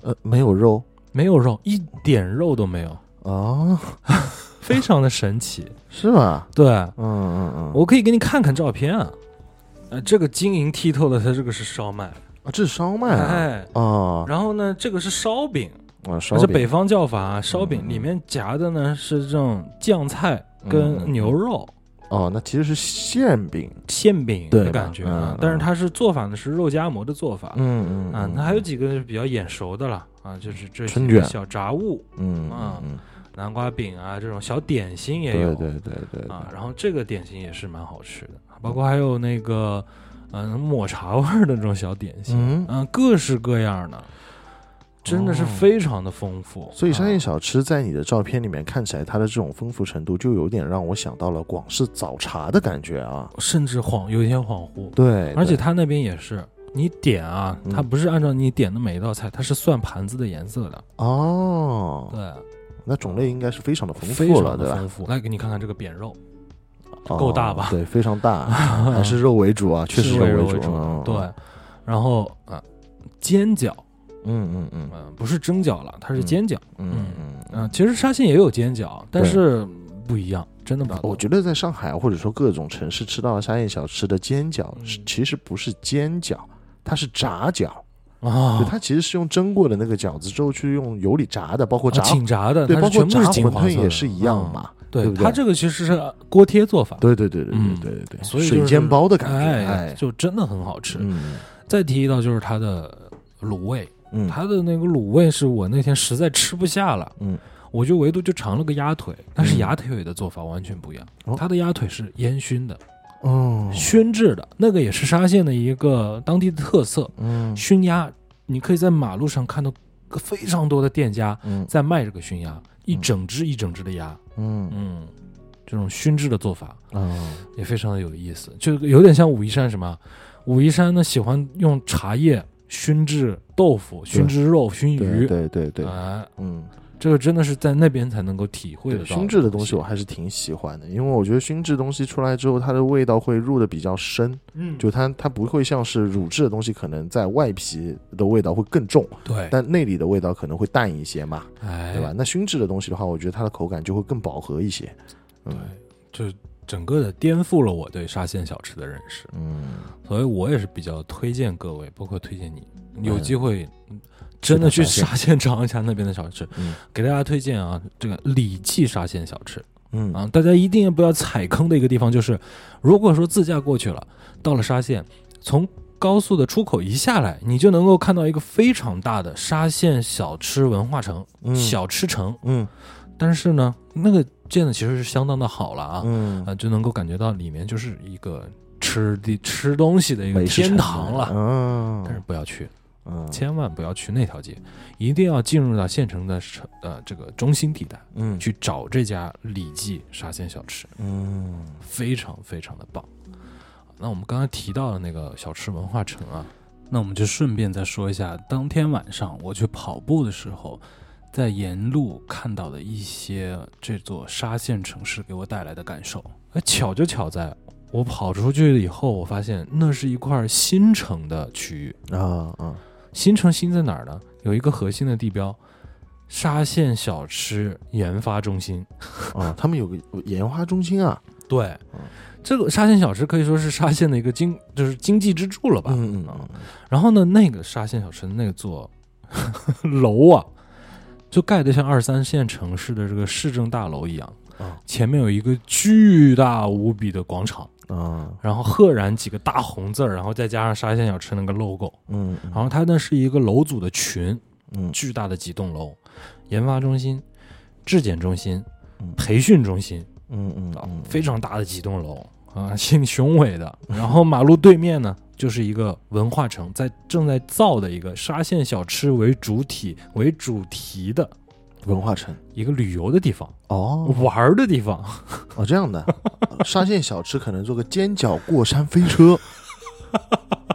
B: 呃，没有肉
A: 没有肉，一点肉都没有，
B: 啊，
A: 非常的神奇。
B: 是吧？
A: 对
B: 嗯嗯嗯，
A: 我可以给你看看照片啊，呃，这个晶莹剔透的，它这个是烧麦，
B: 啊，这是烧麦啊，
A: 哎，
B: 啊
A: 然后呢，这个是烧饼，
B: 啊，烧
A: 而且
B: 饼
A: 北方叫法啊，烧
B: 嗯
A: 饼里面夹的呢是这种酱菜跟牛肉
B: 哦，那其实是馅饼，
A: 馅饼的感觉
B: 对吧
A: 啊
B: 嗯，
A: 但是它是做法呢是肉夹馍的做法
B: 嗯
A: 啊，那还有几个是比较眼熟的了啊，就是这
B: 春
A: 些
B: 卷
A: 小杂物、
B: 嗯
A: 啊
B: 嗯，
A: 南瓜饼啊这种小点心也
B: 对
A: 有
B: 对对对
A: 啊，然后这个点心也是蛮好吃的，包括还有那个嗯抹茶味儿的这种小点心，
B: 嗯，
A: 嗯，各式各样的，真的是
B: 哦
A: 非常的丰富，
B: 所以沙县
A: 啊
B: 小吃在你的照片里面看起来，它的这种丰富程度，就有点让我想到了广式早茶的感觉啊。
A: 甚至恍有一些恍惚，
B: 对，
A: 而且
B: 对
A: 他那边也是，你点啊，
B: 嗯
A: 他不是按照你点的每一道菜，他是算盘子的颜色的，
B: 哦，
A: 对，
B: 那种类应该是非常的丰
A: 非
B: 富了，
A: 常
B: 对
A: 的
B: 吧
A: 丰？富。来给你看看这个扁肉，
B: 哦
A: 够大吧
B: 对，非常 大，还是肉为主啊，确实
A: 是为肉
B: 为
A: 主
B: 主。嗯
A: 呃对，然后啊，煎饺，
B: 嗯嗯嗯
A: 嗯、不是蒸饺了，它是煎饺。
B: 嗯嗯
A: 嗯、其实沙县也有煎饺，但
B: 对
A: 是不一样，真的不一样。
B: 我觉得在上海啊或者说各种城市吃到的沙县小吃的煎饺
A: 嗯，
B: 是其实不是煎饺，它是炸饺，
A: 得啊
B: 就，它其实是用蒸过的那个饺子之后去用油里炸的，包括炸
A: 啊挺炸的，
B: 对，
A: 它
B: 包
A: 是
B: 括
A: 全
B: 炸
A: 部是金
B: 馄
A: 黄
B: 饨
A: 色的
B: 也是一样。嘛。
A: 嗯对
B: 对不对
A: 它这个其实是锅贴做法，
B: 对对对对对
A: 嗯
B: 对对对，
A: 所以就是
B: 水煎包的感觉，
A: 哎，
B: 哎，
A: 就真的很好吃。
B: 嗯
A: 再提一道就是它的卤味，
B: 嗯，
A: 它的那个卤味是我那天实在吃不下了，
B: 嗯，
A: 我就唯独就尝了个鸭腿，但是
B: 嗯
A: 鸭腿的做法完全不一样
B: 哦，
A: 它的鸭腿是烟熏的、
B: 哦，
A: 熏制的，那个也是沙县的一个当地的特色，
B: 嗯
A: 熏鸭，你可以在马路上看到非常多的店家
B: 嗯
A: 在卖这个熏鸭，一整只一整只的鸭，
B: 嗯
A: 嗯，这种熏制的做法
B: 哦
A: 也非常的有意思，就有点像武夷山什么，武夷山呢喜欢用茶叶熏制豆腐、熏制肉、熏
B: 对
A: 鱼，
B: 对对对，
A: 哎，
B: 嗯，
A: 这个真的是在那边才能够体会得
B: 对
A: 到
B: 熏制的东西我，还是挺喜欢的，因为我觉得熏制东西出来之后，它的味道会入的比较深，
A: 嗯，
B: 就它它不会像是乳制的东西，可能在外皮的味道会更重，
A: 对，
B: 但内里的味道可能会淡一些嘛，
A: 哎，
B: 对吧？？那熏制的东西的话，我觉得它的口感就会更饱和一些。
A: 对
B: 嗯，
A: 就整个的颠覆了我对沙县小吃的认识，
B: 嗯，
A: 所以我也是比较推荐各位，包括推荐你，
B: 嗯
A: 有机会。真的去
B: 去趟
A: 沙县尝一下那边的小吃，
B: 嗯
A: 给大家推荐啊，这个李记沙县小吃，
B: 嗯
A: 啊，大家一定不要踩坑的一个地方就是，如果说自驾过去了，到了沙县，从高速的出口一下来，你就能够看到一个非常大的沙县小吃文化城、
B: 嗯
A: 小吃城。
B: 嗯
A: 但是呢，那个建的其实是相当的好了啊，
B: 嗯
A: 啊，就能够感觉到里面就是一个吃的吃东西的一个
B: 美食
A: 天
B: 城
A: 堂了。
B: 嗯
A: 但是不要去，
B: 嗯
A: 千万不要去那条街，一定要进入到县城的城呃这个中心地带
B: 嗯
A: 去找这家李记沙县小吃。
B: 嗯，
A: 非常非常的棒。那我们刚才提到的那个小吃文化城啊，那我们就顺便再说一下，当天晚上我去跑步的时候，在沿路看到的一些这座沙县城市给我带来的感受。哎，巧就巧在我跑出去以后，我发现那是一块新城的区域。
B: 啊啊
A: 新城新在哪儿呢？有一个核心的地标——沙县小吃研发中心。
B: 啊！他们有个研发中心啊，
A: 对
B: 嗯，
A: 这个沙县小吃可以说是沙县的一个经， 就是经济支柱了吧。
B: 嗯
A: 啊然后呢，那个沙县小吃那座 楼啊，就盖得像二三线城市的这个市政大楼一样，
B: 啊
A: 前面有一个巨大无比的广场，
B: 啊
A: 然后赫然几个大红字儿，然后再加上沙县小吃那个 logo，
B: 嗯，
A: 然后它那是一个楼组的群，
B: 嗯
A: 巨大的几栋楼，研发中心、质检中心
B: 嗯、
A: 培训中心。
B: 嗯嗯
A: 啊
B: 嗯，
A: 非常大的几栋楼啊， 挺雄伟的。然后马路对面呢，就是一个文化城，在正在造的一个沙县小吃为主体为主题的
B: 文化城
A: 一个旅游的地方、
B: 哦
A: 玩儿的地方。
B: 哦这样的沙县小吃可能做个煎饺过山飞车。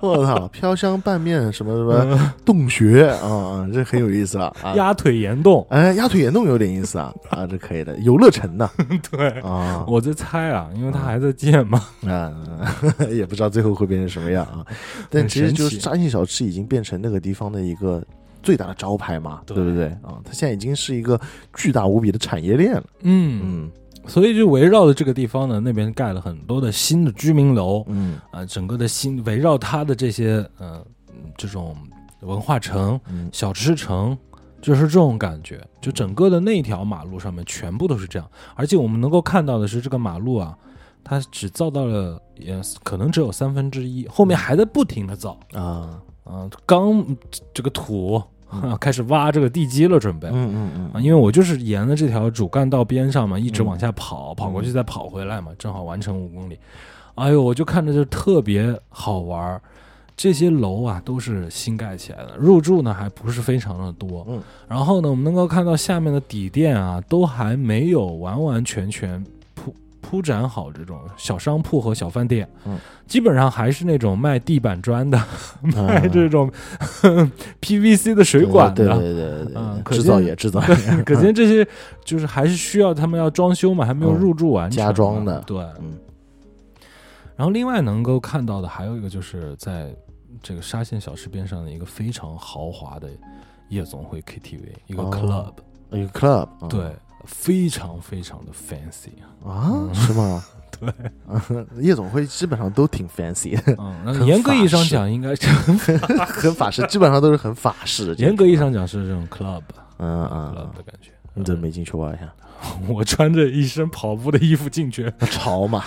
B: 我操，飘香拌面什么什么洞穴啊啊，这很有意思啊！啊
A: 嗯鸭腿岩洞，
B: 哎，鸭腿岩洞有点意思啊啊，这可以的，游乐城呢
A: 对。
B: 啊
A: 我在猜啊，因为它还在建嘛。
B: 啊， 也不知道最后会变成什么样啊。但
A: 很
B: 其实
A: 神
B: 就是
A: 奇
B: 沙县小吃已经变成那个地方的一个最大的招牌嘛，
A: 对
B: 对不对啊？它现在已经是一个巨大无比的产业链了。
A: 嗯，
B: 嗯
A: 所以就围绕着这个地方呢，那边盖了很多的新的居民楼
B: 嗯
A: 啊、整个的新围绕它的这些呃嗯这种文化城，
B: 嗯
A: 小吃城，就是这种感觉。就整个的那条马路上面全部都是这样，而且我们能够看到的是，这个马路啊，它只造到了也可能只有三分之一，后面还在不停的造。
B: 啊
A: 啊、刚这个土、
B: 嗯
A: 开始挖这个地基了，准备。
B: 嗯嗯
A: 啊，
B: 嗯
A: 因为我就是沿着这条主干道边上嘛，一直
B: 嗯
A: 往下跑，跑过去再跑回来嘛，正好完成五公里。哎呦，我就看着就特别好玩儿。这些楼啊都是新盖起来的，入住呢还不是非常的多。
B: 嗯，
A: 然后呢，我们能够看到下面的底店啊，都还没有完完全全铺铺展好这种小商铺和小饭店。
B: 嗯，
A: 基本上还是那种卖地板砖 的，
B: 啊
A: 卖这种 PVC 的水管的。
B: 对对对对
A: 嗯可
B: 对，制造
A: 见
B: 业制造业
A: 对， 可见这些就是还是需要他们要装修嘛，还没有入住完成嘛、
B: 嗯加装的
A: 对，
B: 嗯
A: 然后另外能够看到的还有一个就是在这个沙县小吃边上的一个非常豪华的夜总会 KTV，一个
B: 哦
A: club，、
B: 一个 club，啊
A: 对，非常非常的 fancy，
B: 啊，是吗？ 对，夜总会基本上都挺 fancy，的，
A: 嗯，那
B: 很
A: 严格意义上
B: 法式
A: 讲，应该是
B: 很法式，基本上都是很法式 的。
A: 严格意义，上讲是这种 club
B: 嗯嗯，嗯
A: club 的感觉。
B: 你怎么没进去玩一下？
A: 我穿着一身跑步的衣服进去，
B: 那潮嘛，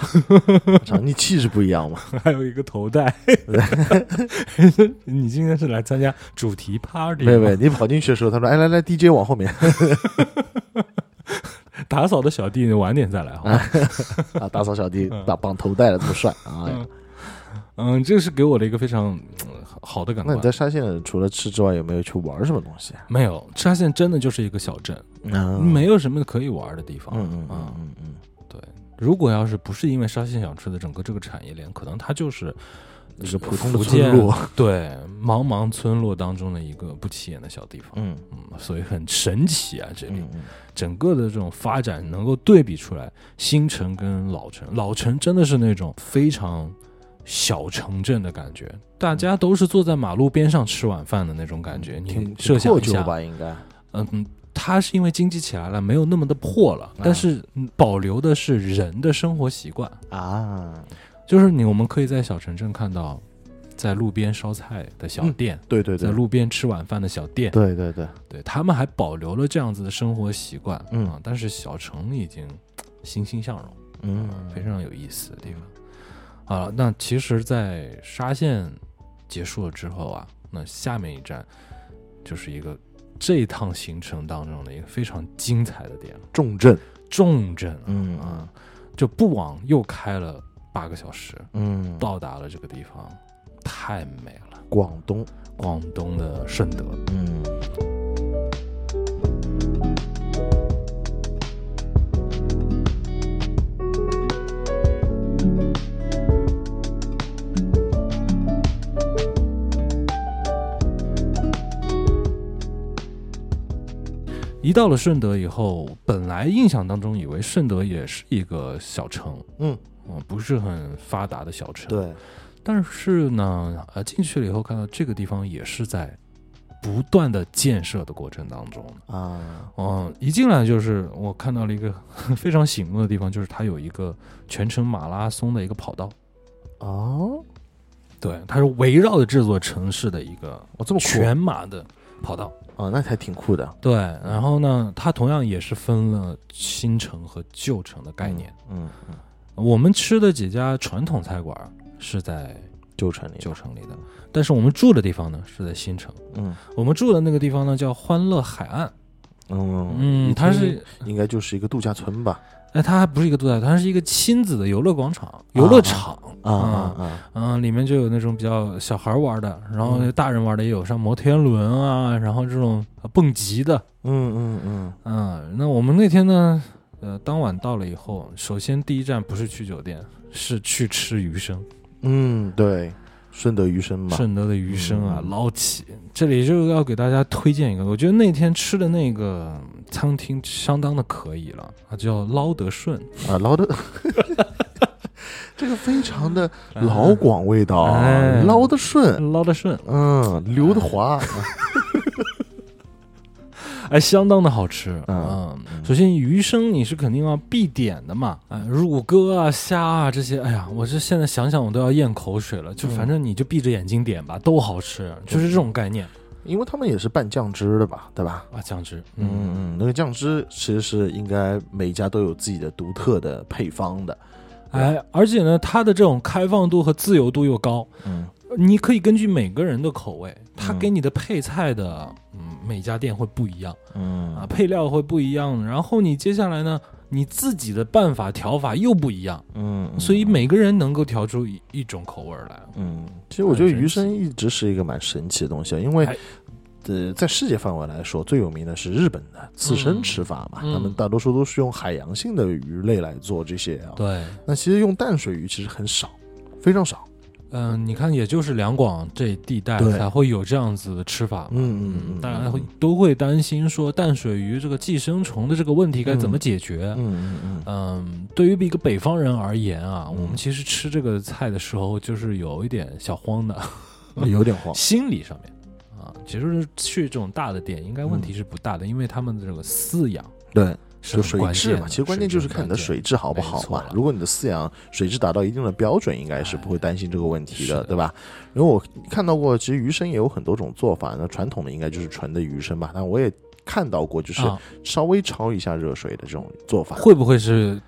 B: 潮，你气质不一样嘛。
A: 还有一个头带。 你今天是来参加主题 party
B: 没有没有，
A: 吗
B: 你跑进去的时候，他说：“哎，来 来，DJ 往后面
A: 打扫的小弟，你晚点再来好吗？
B: 啊，打扫小弟打绑头带了，这么 帅啊！”哎呀
A: 嗯，这是给我的一个非常呃好的感
B: 那
A: 官
B: 你。在沙县除了吃之外，有没有去玩什么东西啊？
A: 没有沙县真的就是一个小镇，
B: 嗯
A: 没有什么可以玩的地方。
B: 嗯嗯
A: 啊
B: 嗯嗯嗯，
A: 如果要是不是因为沙县小吃的整个这个产业链，可能它就是
B: 一个普通的
A: 福
B: 村
A: 建
B: 落，
A: 对茫茫村落当中的一个不起眼的小地方。
B: 嗯
A: 嗯，所以很神奇啊，这里。
B: 嗯嗯，
A: 整个的这种发展能够对比出来新城跟老城，老城真的是那种非常小城镇的感觉，大家都是坐在马路边上吃晚饭的那种感觉。你
B: 嗯挺
A: 设
B: 挺
A: 想
B: 破
A: 一
B: 旧
A: 下，
B: 吧，应该
A: 嗯，它是因为经济起来了，没有那么的破了，但是嗯保留的是人的生活习惯，
B: 啊，
A: 就是你我们可以在小城镇看到，在路边烧菜的小
B: 嗯
A: 店。
B: 对对
A: 在
B: 对，
A: 路边吃晚饭的小店，
B: 对对对，
A: 对他们还保留了这样子的生活习惯，
B: 嗯
A: 啊，但是小城已经欣欣向荣，
B: 嗯
A: 啊，非常有意思的地方。啊，那其实，在沙县结束了之后啊，那下面一站就是一个这一趟行程当中的一个非常精彩的点了
B: 重镇，
A: ——重镇啊，
B: 嗯
A: 啊就不往又开了八个小时，
B: 嗯，
A: 到达了这个地方，太美了，
B: 广东，
A: 广东的顺德。
B: 嗯
A: 一到了顺德以后，本来印象当中以为顺德也是一个小城，
B: 嗯，
A: 嗯，不是很发达的小城。，
B: 对，
A: 但是呢，呃，进去了以后看到这个地方也是在不断的建设的过程当中。
B: 啊，
A: 嗯，一进来就是我看到了一个非常醒目的地方，就是它有一个全程马拉松的一个跑道，
B: 哦，
A: 对，它是围绕着这座城市的一个
B: 我这么酷
A: 全马的跑道。
B: 啊，那还挺酷的
A: 对，然后呢，它同样也是分了新城和旧城的概念。，
B: 嗯嗯，
A: 我们吃的几家传统菜馆儿是在
B: 旧城里，
A: 旧城里的，但是我们住的地方呢是在新城。
B: 嗯
A: 我们住的那个地方呢叫欢乐海岸，
B: 嗯
A: 嗯，它是，
B: 应该就是一个度假村吧，
A: 哎，它还不是一个度假，它是一个亲子的游乐广场、游乐场，啊
B: 啊啊啊，
A: 嗯、里面就有那种比较小孩玩的，然后
B: 嗯
A: 大人玩的也有，像摩天轮啊，然后这种呃蹦极的，
B: 嗯嗯嗯，
A: 嗯，那我们那天呢，呃，当晚到了以后，首先第一站不是去酒店，是去吃鱼生。
B: 嗯，对，顺德鱼生嘛，
A: 顺德的鱼生啊，
B: 嗯
A: 捞起。这里就要给大家推荐一个，我觉得那天吃的那个餐厅相当的可以了，它叫捞得顺，
B: 啊，捞的， 这个非常的老广味道
A: 嗯
B: 啊，
A: 哎
B: 捞的顺，
A: 捞得顺，
B: 嗯，刘德华，
A: 哎，相当的好吃。
B: 嗯
A: 嗯，首先鱼生你是肯定要必点的嘛，哎，乳鸽啊、虾啊这些，哎呀，我这现在想想我都要咽口水了。就
B: 嗯
A: 反正你就闭着眼睛点吧，都好吃，就是这种概念
B: 因为他们也是拌酱汁的吧，对吧？
A: 啊，酱汁。嗯，
B: 嗯嗯，那个酱汁其实是应该每一家都有自己的独特的配方的，
A: 哎，而且呢，它的这种开放度和自由度又高，
B: 嗯
A: 你可以根据每个人的口味，他
B: 嗯
A: 给你的配菜的，嗯，每家店会不一样
B: 嗯
A: 啊，配料会不一样。然后你接下来呢，你自己的办法调法又不一样，
B: 嗯
A: 啊所以每个人能够调出一一种口味儿来。
B: 嗯，其实我觉得
A: 很神
B: 鱼生一直是一个蛮神奇的东西，啊因为
A: 哎。
B: 呃，在世界范围来说，最有名的是日本的刺身吃法嘛，
A: 嗯
B: 他们大多数都是用海洋性的鱼类来做这些啊。
A: 对，
B: 那其实用淡水鱼其实很少，非常少。
A: 嗯、你看，也就是两广这地带
B: 对
A: 才会有这样子的吃法。
B: 嗯嗯嗯，
A: 大家会都会担心说淡水鱼这个寄生虫的这个问题该怎么解决。
B: 嗯嗯
A: 嗯，对于一个北方人而言啊，
B: 嗯
A: 我们其实吃这个菜的时候，就是有一点小慌的，
B: 嗯有点 慌。
A: 心理上面啊，其实去这种大的店应该问题是不大的，因为他们的这个饲养
B: 对，
A: 是
B: 嗯就
A: 很
B: 水
A: 关
B: 质
A: 键
B: 嘛，
A: 的
B: 其实关键就是看你的水质好不好
A: 没错
B: 嘛
A: 了。哎
B: 如果你的饲养水质达到一定的标准，应该是不会担心这个问题
A: 是
B: 的，
A: 的
B: 对吧？因为我看到过，其实鱼生也有很多种做法，那传统的应该就是纯的鱼生吧，但我也看到过，就是
A: 啊，
B: 稍微焯一下热水的这种 做法。
A: 会不会是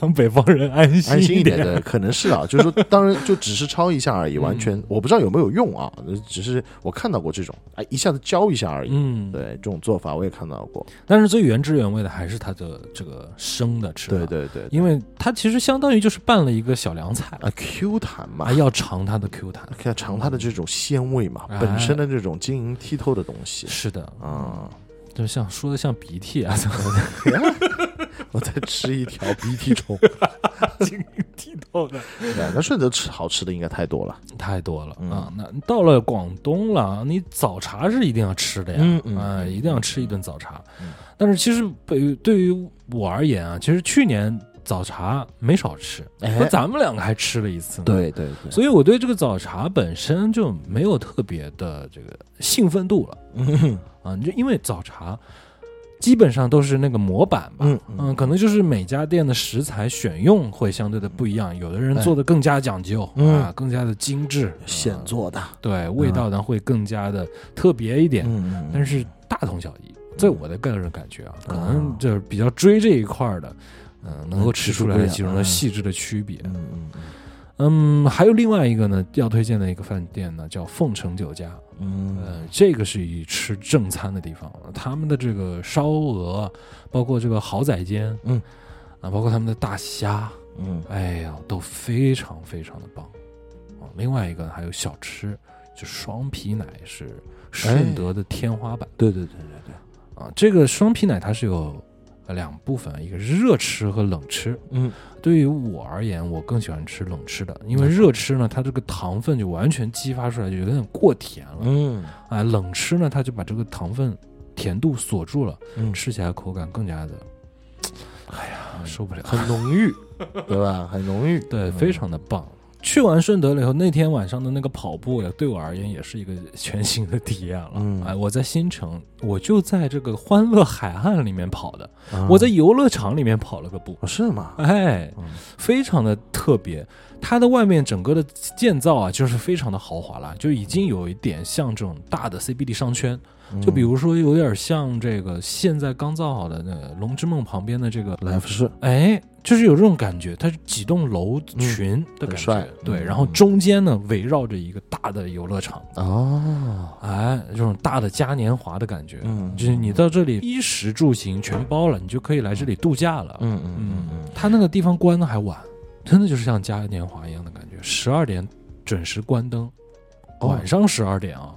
A: 让北方人安
B: 安心
A: 一嗯
B: 一点 的，可能是啊，就是说，当然就只是焯一下而已，完全我不知道有没有用啊，只是我看到过这种，哎，一下子浇一下而已。
A: 嗯，
B: 对，这种做法我也看到过。
A: 但是最原汁原味的还是它的这个生的吃法，
B: 对对对，
A: 因为它其实相当于就是拌了一个小凉菜，
B: 啊，Q 弹嘛
A: 还，要尝它的 Q 弹。
B: 看尝它的这种鲜味嘛，
A: 哎
B: 本身的这种晶莹剔透的东西
A: 是的，
B: 啊。
A: 就像说的像鼻涕啊，怎 么
B: 我再吃一条鼻涕虫，
A: 剃头的
B: 哎那顺德吃好吃的应该太多了。
A: 太多了
B: 嗯
A: 啊。那到了广东了，你早茶是一定要吃的呀，
B: 嗯嗯
A: 啊，一定要吃一顿早茶
B: 嗯。
A: 但是其实对对于我而言啊，其实去年早茶没少吃，
B: 哎
A: 和咱们两个还吃了一次呢。
B: 对对对，
A: 所以我对这个早茶本身就没有特别的这个兴奋度了
B: 嗯
A: 啊，你就因为早茶基本上都是那个模板吧。
B: 嗯
A: 嗯，可能就是每家店的食材选用会相对的不一样，有的人
B: 哎
A: 做的更加讲究、
B: 嗯
A: 啊，更加的精致，
B: 现
A: 啊
B: 做的，
A: 对味道呢会更加的特别一点，
B: 嗯嗯
A: 但是大同小异。在我的个人感觉啊，可
B: 啊
A: 能就是比较追这一块儿的，嗯、能够吃出来其中的嗯细致的区别。
B: 嗯嗯嗯
A: 嗯，还有另外一个呢，要推荐的一个饭店呢，叫凤城酒家。
B: 嗯
A: 呃，这个是以吃正餐的地方，他们的这个烧鹅，包括这个蚝仔煎，
B: 嗯，
A: 啊，包括他们的大虾，
B: 嗯
A: 哎呀，都非常非常的棒。啊，另外一个还有小吃，就双皮奶是顺德的天花板、
B: 哎对对对对对，
A: 啊。这个双皮奶它是有呃两部分，一个是热吃和冷吃。
B: 嗯
A: 对于我而言，我更喜欢吃冷吃的，因为热吃呢，它这个糖分就完全激发出来，就有点过甜了。
B: 嗯
A: 啊，冷吃呢，它就把这个糖分甜度锁住了，
B: 嗯，
A: 吃起来口感更加的，哎呀，受不了。
B: 很浓郁，对吧？很 浓郁，
A: 对，
B: 嗯
A: 非常的棒。去完顺德了以后，那天晚上的那个跑步呀，对我而言也是一个全新的体验了。
B: 嗯
A: 哎，我在新城，我就在这个欢乐海岸里面跑的，
B: 啊
A: 我在游乐场里面跑了个步。
B: 哦是吗？
A: 哎
B: 嗯，
A: 非常的特别，它的外面整个的建造啊，就是非常的豪华了，就已经有一点像这种大的 CBD 商圈， 就
B: 嗯
A: 比如说有点像这个现在刚造好的那个龙之梦旁边的这个
B: 嗯来福士，
A: 哎，就是有这种感觉，它是几栋楼群的
B: 嗯很
A: 感觉，
B: 帅
A: 对，
B: 嗯
A: 然后中间呢围绕着一个大的游乐场，
B: 哦，
A: 哎，这种大的嘉年华的感觉，
B: 嗯
A: 就是你到这里衣食住行全包了，你就可以来这里度假了。
B: 嗯嗯嗯嗯，
A: 它那个地方关的还晚，真的就是像嘉年华一样的感觉，十二点准时关灯，
B: 哦
A: 晚上十二点啊。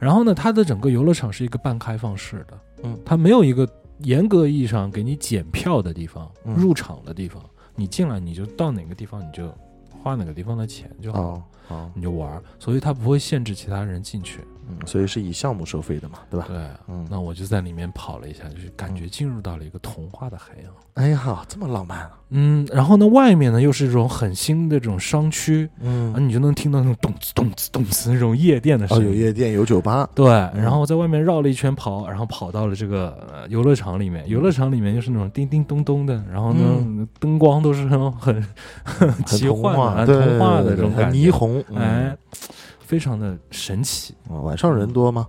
A: 然后呢，它的整个游乐场是一个半开放式的，
B: 嗯
A: 它没有一个严格意义上给你检票的地方、
B: 嗯
A: 入场的地方，你进来你就到哪个地方你就花哪个地方的钱就好，
B: 哦哦，
A: 你就玩儿，所以它不会限制其他人进去。
B: 嗯所以是以项目收费的嘛，对吧？
A: 对，
B: 嗯
A: 那我就在里面跑了一下，就是感觉进入到了一个童话的海洋。
B: 哎呀，这么浪漫啊！
A: 嗯，然后呢，外面呢又是这种很新的这种商区，啊，
B: 嗯，
A: 你就能听到那种咚哧咚哧咚哧那种夜店的声
B: 哦，
A: 音。
B: 有夜店，有酒吧，
A: 对，然后在外面绕了一圈跑，然后跑到了这个、呃游乐场里面。游乐场里面又是那种叮叮咚咚的，然后呢，
B: 嗯
A: 灯光都是那种很很
B: 很
A: 奇
B: 童
A: 幻
B: 话，
A: 的、
B: 对
A: 童话的
B: 对
A: 这种
B: 对对
A: 感觉。
B: 很霓虹，嗯
A: 哎，，非常的神奇。
B: 哦晚上人多吗？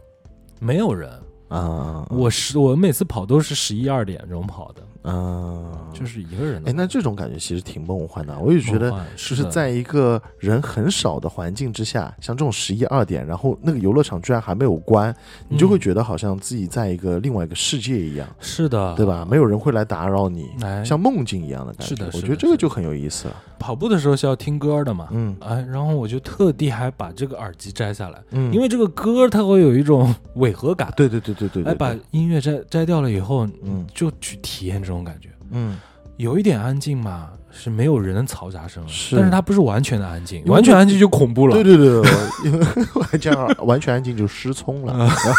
A: 没有人，
B: 啊，
A: 我十我每次跑都是十一二点这种跑的，
B: 啊，
A: 就是一个人的
B: 哎，
A: 梦。
B: 那这种感觉其实挺梦幻的，我也觉得
A: 梦幻
B: 就是
A: 的
B: 在一个人很少的环境之下，像这种十一二点，然后那个游乐场居然还没有关，你就会
A: 嗯
B: 觉得好像自己在一个另外一个世界一样，
A: 是的，
B: 对？吧？没有人会来打扰你，
A: 哎，
B: 像梦境一样的感觉。
A: 是的是的
B: 我觉得这个
A: 是的
B: 就很有意思了。
A: 跑步的时候是要听歌的嘛，
B: 嗯
A: 哎，然后我就特地还把这个耳机摘下来，
B: 嗯，
A: 因为这个歌它会有一 种违和感。
B: 对对对对对，对
A: 哎，把音乐摘摘掉了以后，
B: 嗯
A: 就去体验这种感觉，
B: 嗯，
A: 有一点安静嘛，是没有人嘈杂声了，
B: 是
A: 但是它不是完全的安静，
B: 为
A: 完全安静就恐怖了。
B: 对对 对，我因为 我这样完全安静就失聪 了，然后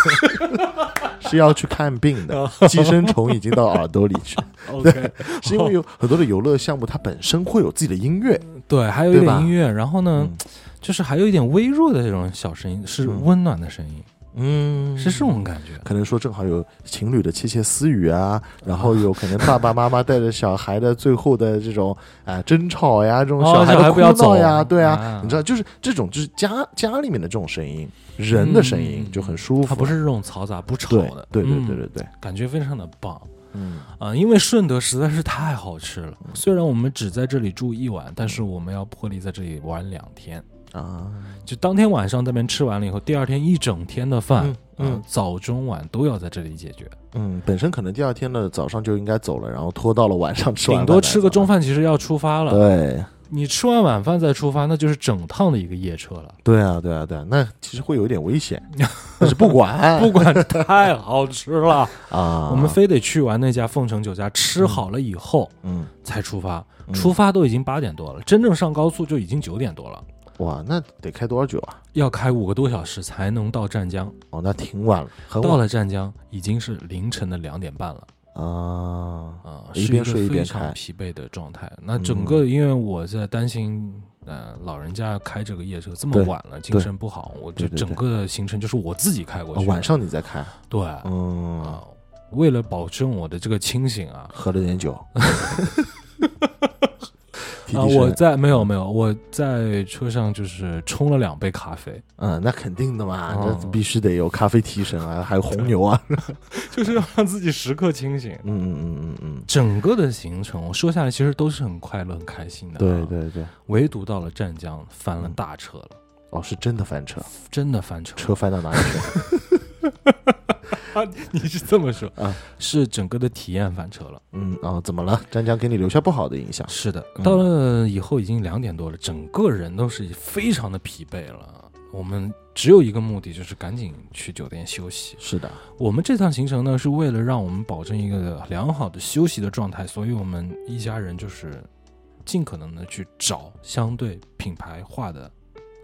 B: 是要去看病
A: 哦
B: 的，寄生虫已经到耳朵里 去了。
A: OK，
B: 是因为有很多的游乐项目，它本身会有自己的音乐，
A: 对，还有一
B: 对吧
A: 点音乐，然后呢，
B: 嗯
A: 就是还有一点微弱的这种小声音，是
B: 嗯
A: 温暖的声音，
B: 嗯
A: 是这种感觉。
B: 可能说正好有情侣的窃窃私语啊，然后有可能爸爸妈妈带着小孩的最后的这种啊争吵呀，这种
A: 哦
B: 孩
A: 小
B: 的
A: 孩
B: 哭
A: 不要
B: 闹呀，
A: 走
B: 对啊，
A: 啊
B: 你知道，就是这种就是家家里面的这种声音，人的声音
A: 嗯
B: 就很舒服，
A: 它不是这种嘈杂不吵
B: 对
A: 的，
B: 对对
A: 嗯
B: 对对对，
A: 感觉非常的棒。
B: 嗯
A: 啊、因为顺德实在是太好吃了。虽然我们只在这里住一晚，但是我们要破例在这里玩两天。
B: 啊，
A: 就当天晚上在那边吃完了以后，第二天一整天的饭，
B: 嗯
A: 嗯、
B: 嗯
A: 早中晚都要在这里解决。
B: 嗯，本身可能第二天的早上就应该走了，然后拖到了晚上吃完，
A: 顶多吃个中，饭，其实要出发了。
B: 对
A: 你吃完晚饭再出发，那就是整趟的一个夜车了。
B: 对啊对啊对啊，那其实会有一点危险，但是不 管
A: 不管太好吃了，
B: 啊，
A: 我们非得去完那家凤城酒家，吃好了以后
B: 嗯
A: 才出发。
B: 嗯
A: 出发都已经八点多了，真正上高速就已经九点多了，
B: 哇，那得开多少酒啊？
A: 要开五个多小时才能到湛江。
B: 哦，那挺晚了，很晚
A: 到了湛江已经是凌晨的两点半了
B: 啊，
A: 啊、
B: 一
A: 是
B: 边
A: 个
B: 睡一边嗯
A: 非常
B: 开
A: 疲惫的状态。那整个因为我在担心，呃，老人家开这个夜车这么
B: 对
A: 晚了，精
B: 对
A: 神不好，我
B: 对
A: 就
B: 对对
A: 整个行程就是我自己开过
B: 哦
A: 去的。
B: 晚上你再开，
A: 对
B: 嗯，
A: 啊，为了保证我的这个清醒啊。
B: 喝了 点酒，
A: 啊！
B: 提提神
A: 我在没有
B: 嗯
A: 没有，我在车上就是冲了两杯咖啡，
B: 嗯，那肯定的嘛，
A: 哦
B: 这必须得有咖啡提神啊，还有红牛啊，
A: 就是要让自己时刻清醒。
B: 嗯嗯嗯嗯嗯，
A: 整个的行程我说下来，其实都是很快乐、很开心的、啊
B: 对，对对，
A: 唯独到了湛江翻了大车了。
B: 哦，是真的翻车，
A: 真的翻车，
B: 车翻到哪里 去了？
A: 你是这么说
B: 啊？
A: 是整个的体验翻车了。
B: 嗯哦，怎么了？湛江给你留下不好的影响
A: 是的
B: 嗯，
A: 到了以后已经两点多了，整个人都是非常的疲惫了。我们只有一个目的，就是赶紧去酒店休息。
B: 是的，
A: 我们这趟行程呢，是为了让我们保证一个良好的休息的状态，所以我们一家人就是尽可能的去找相对品牌化的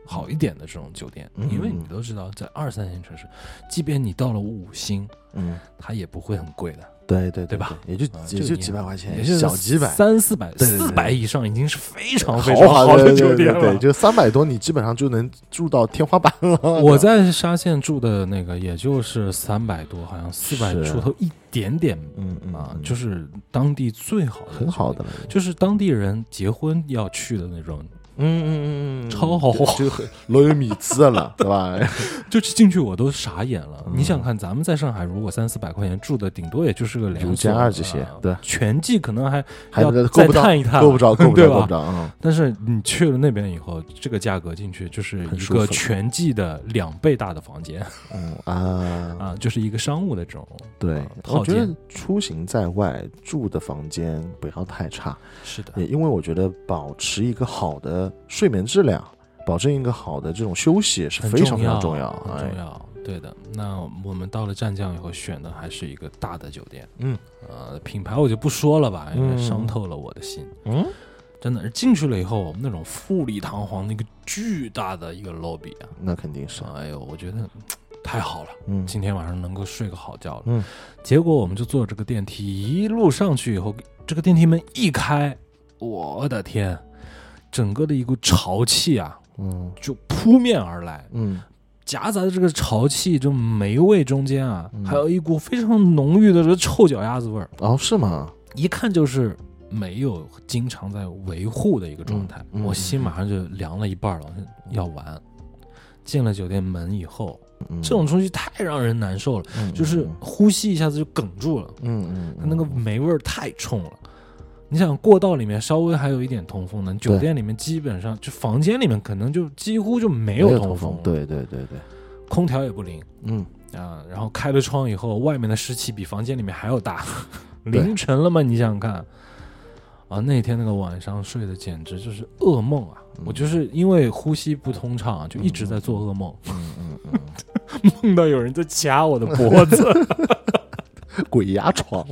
A: 好一点的这种酒店，
B: 嗯
A: 因为你都知道，在二三线城市，即便你到了五星，
B: 嗯，
A: 它也不会很贵的。
B: 对对
A: 对吧？
B: 也就
A: 啊
B: 也
A: 这个
B: 就
A: 你
B: 几百块
A: 也
B: 钱，
A: 就是
B: 小几百。
A: 三四百、
B: 对对对
A: 四百以上已经是非常非
B: 豪
A: 常
B: 华
A: 好的
B: 对
A: 酒
B: 对
A: 店
B: 对对，
A: 了。
B: 就三百多，你基本上就能住到天花板了。
A: 我在沙县住的那个，也就是三百多，好像四百
B: 是
A: 出头一点点
B: 嗯嗯
A: 啊，
B: 嗯
A: 就是当地最好的，
B: 很好的，了，
A: 就是当地人结婚要去的那种，
B: 嗯嗯嗯嗯，
A: 超豪华
B: 就就老有米 子了，对吧？
A: 就进去我都傻眼了。
B: 嗯
A: 你想看，咱们在上海如果三四百块钱住的，顶多也就是个
B: 如
A: 两
B: 家啊这些
A: 啊
B: 对
A: 全季可能还
B: 还
A: 要
B: 够
A: 再
B: 不到，
A: 探一探，
B: 够不着，够 不
A: 对
B: 着，
A: 吧
B: 够不着，嗯，
A: 但是你去了那边以后，这个价格进去就是
B: 很
A: 一
B: 舒服
A: 个
B: 了
A: 全季的两倍大的房 间
B: 嗯啊，
A: 啊，就是一个商务的这种
B: 对
A: 啊，
B: 我
A: 套
B: 觉得
A: 间。
B: 出行在外住的房间不要太差，
A: 是的，
B: 也因为我觉得保持一个好的睡眠质量，保证一个好的这种休息是
A: 很
B: 非常非常
A: 重
B: 重要。
A: 很
B: 哎
A: 重，要。对的，那我们到了湛江以后，选的还是一个大的酒店，
B: 嗯
A: 呃，品牌我就不说了吧，因为
B: 嗯
A: 伤透了我的心。
B: 嗯，
A: 真的，进去了以后，我们那种富丽堂皇那个巨大的一个 lobby 啊，
B: 那肯定是，
A: 哎呦，我觉得嗯太好了。
B: 嗯
A: 今天晚上能够睡个好觉了。
B: 嗯，
A: 结果我们就坐这个电梯一路上去以后，这个电梯门一开，我的天，整个的一股潮气啊
B: 嗯
A: 就扑面而来，
B: 嗯
A: 夹杂着这个潮气，这霉味中间啊，
B: 嗯
A: 还有一股非常浓郁的这臭脚丫子味儿，
B: 哦是吗？
A: 一看就是。没有经常在维护的一个状态，
B: 嗯嗯
A: 我心马上就凉了一半了。我说要完，进了酒店门以后，
B: 嗯
A: 这种东西太让人难受了。
B: 嗯
A: 就是呼吸一下子就哽住了，
B: 嗯嗯，
A: 它那个霉味儿太冲了。你想过道里面稍微还有一点通风呢，酒店里面基本上就房间里面可能就几乎就没
B: 没
A: 有
B: 通
A: 风，，
B: 对对对对，
A: 空调也不灵
B: 嗯，
A: 啊。然后开了窗以后，外面的湿气比房间里面还要大。
B: 对
A: 凌晨了嘛，你想想看啊，那天那个晚上睡的简直就是噩梦啊！
B: 嗯
A: 我就是因为呼吸不通畅啊，就一直在做噩梦，
B: 嗯嗯
A: 梦到有人在掐我的脖子，
B: 嗯，鬼压床，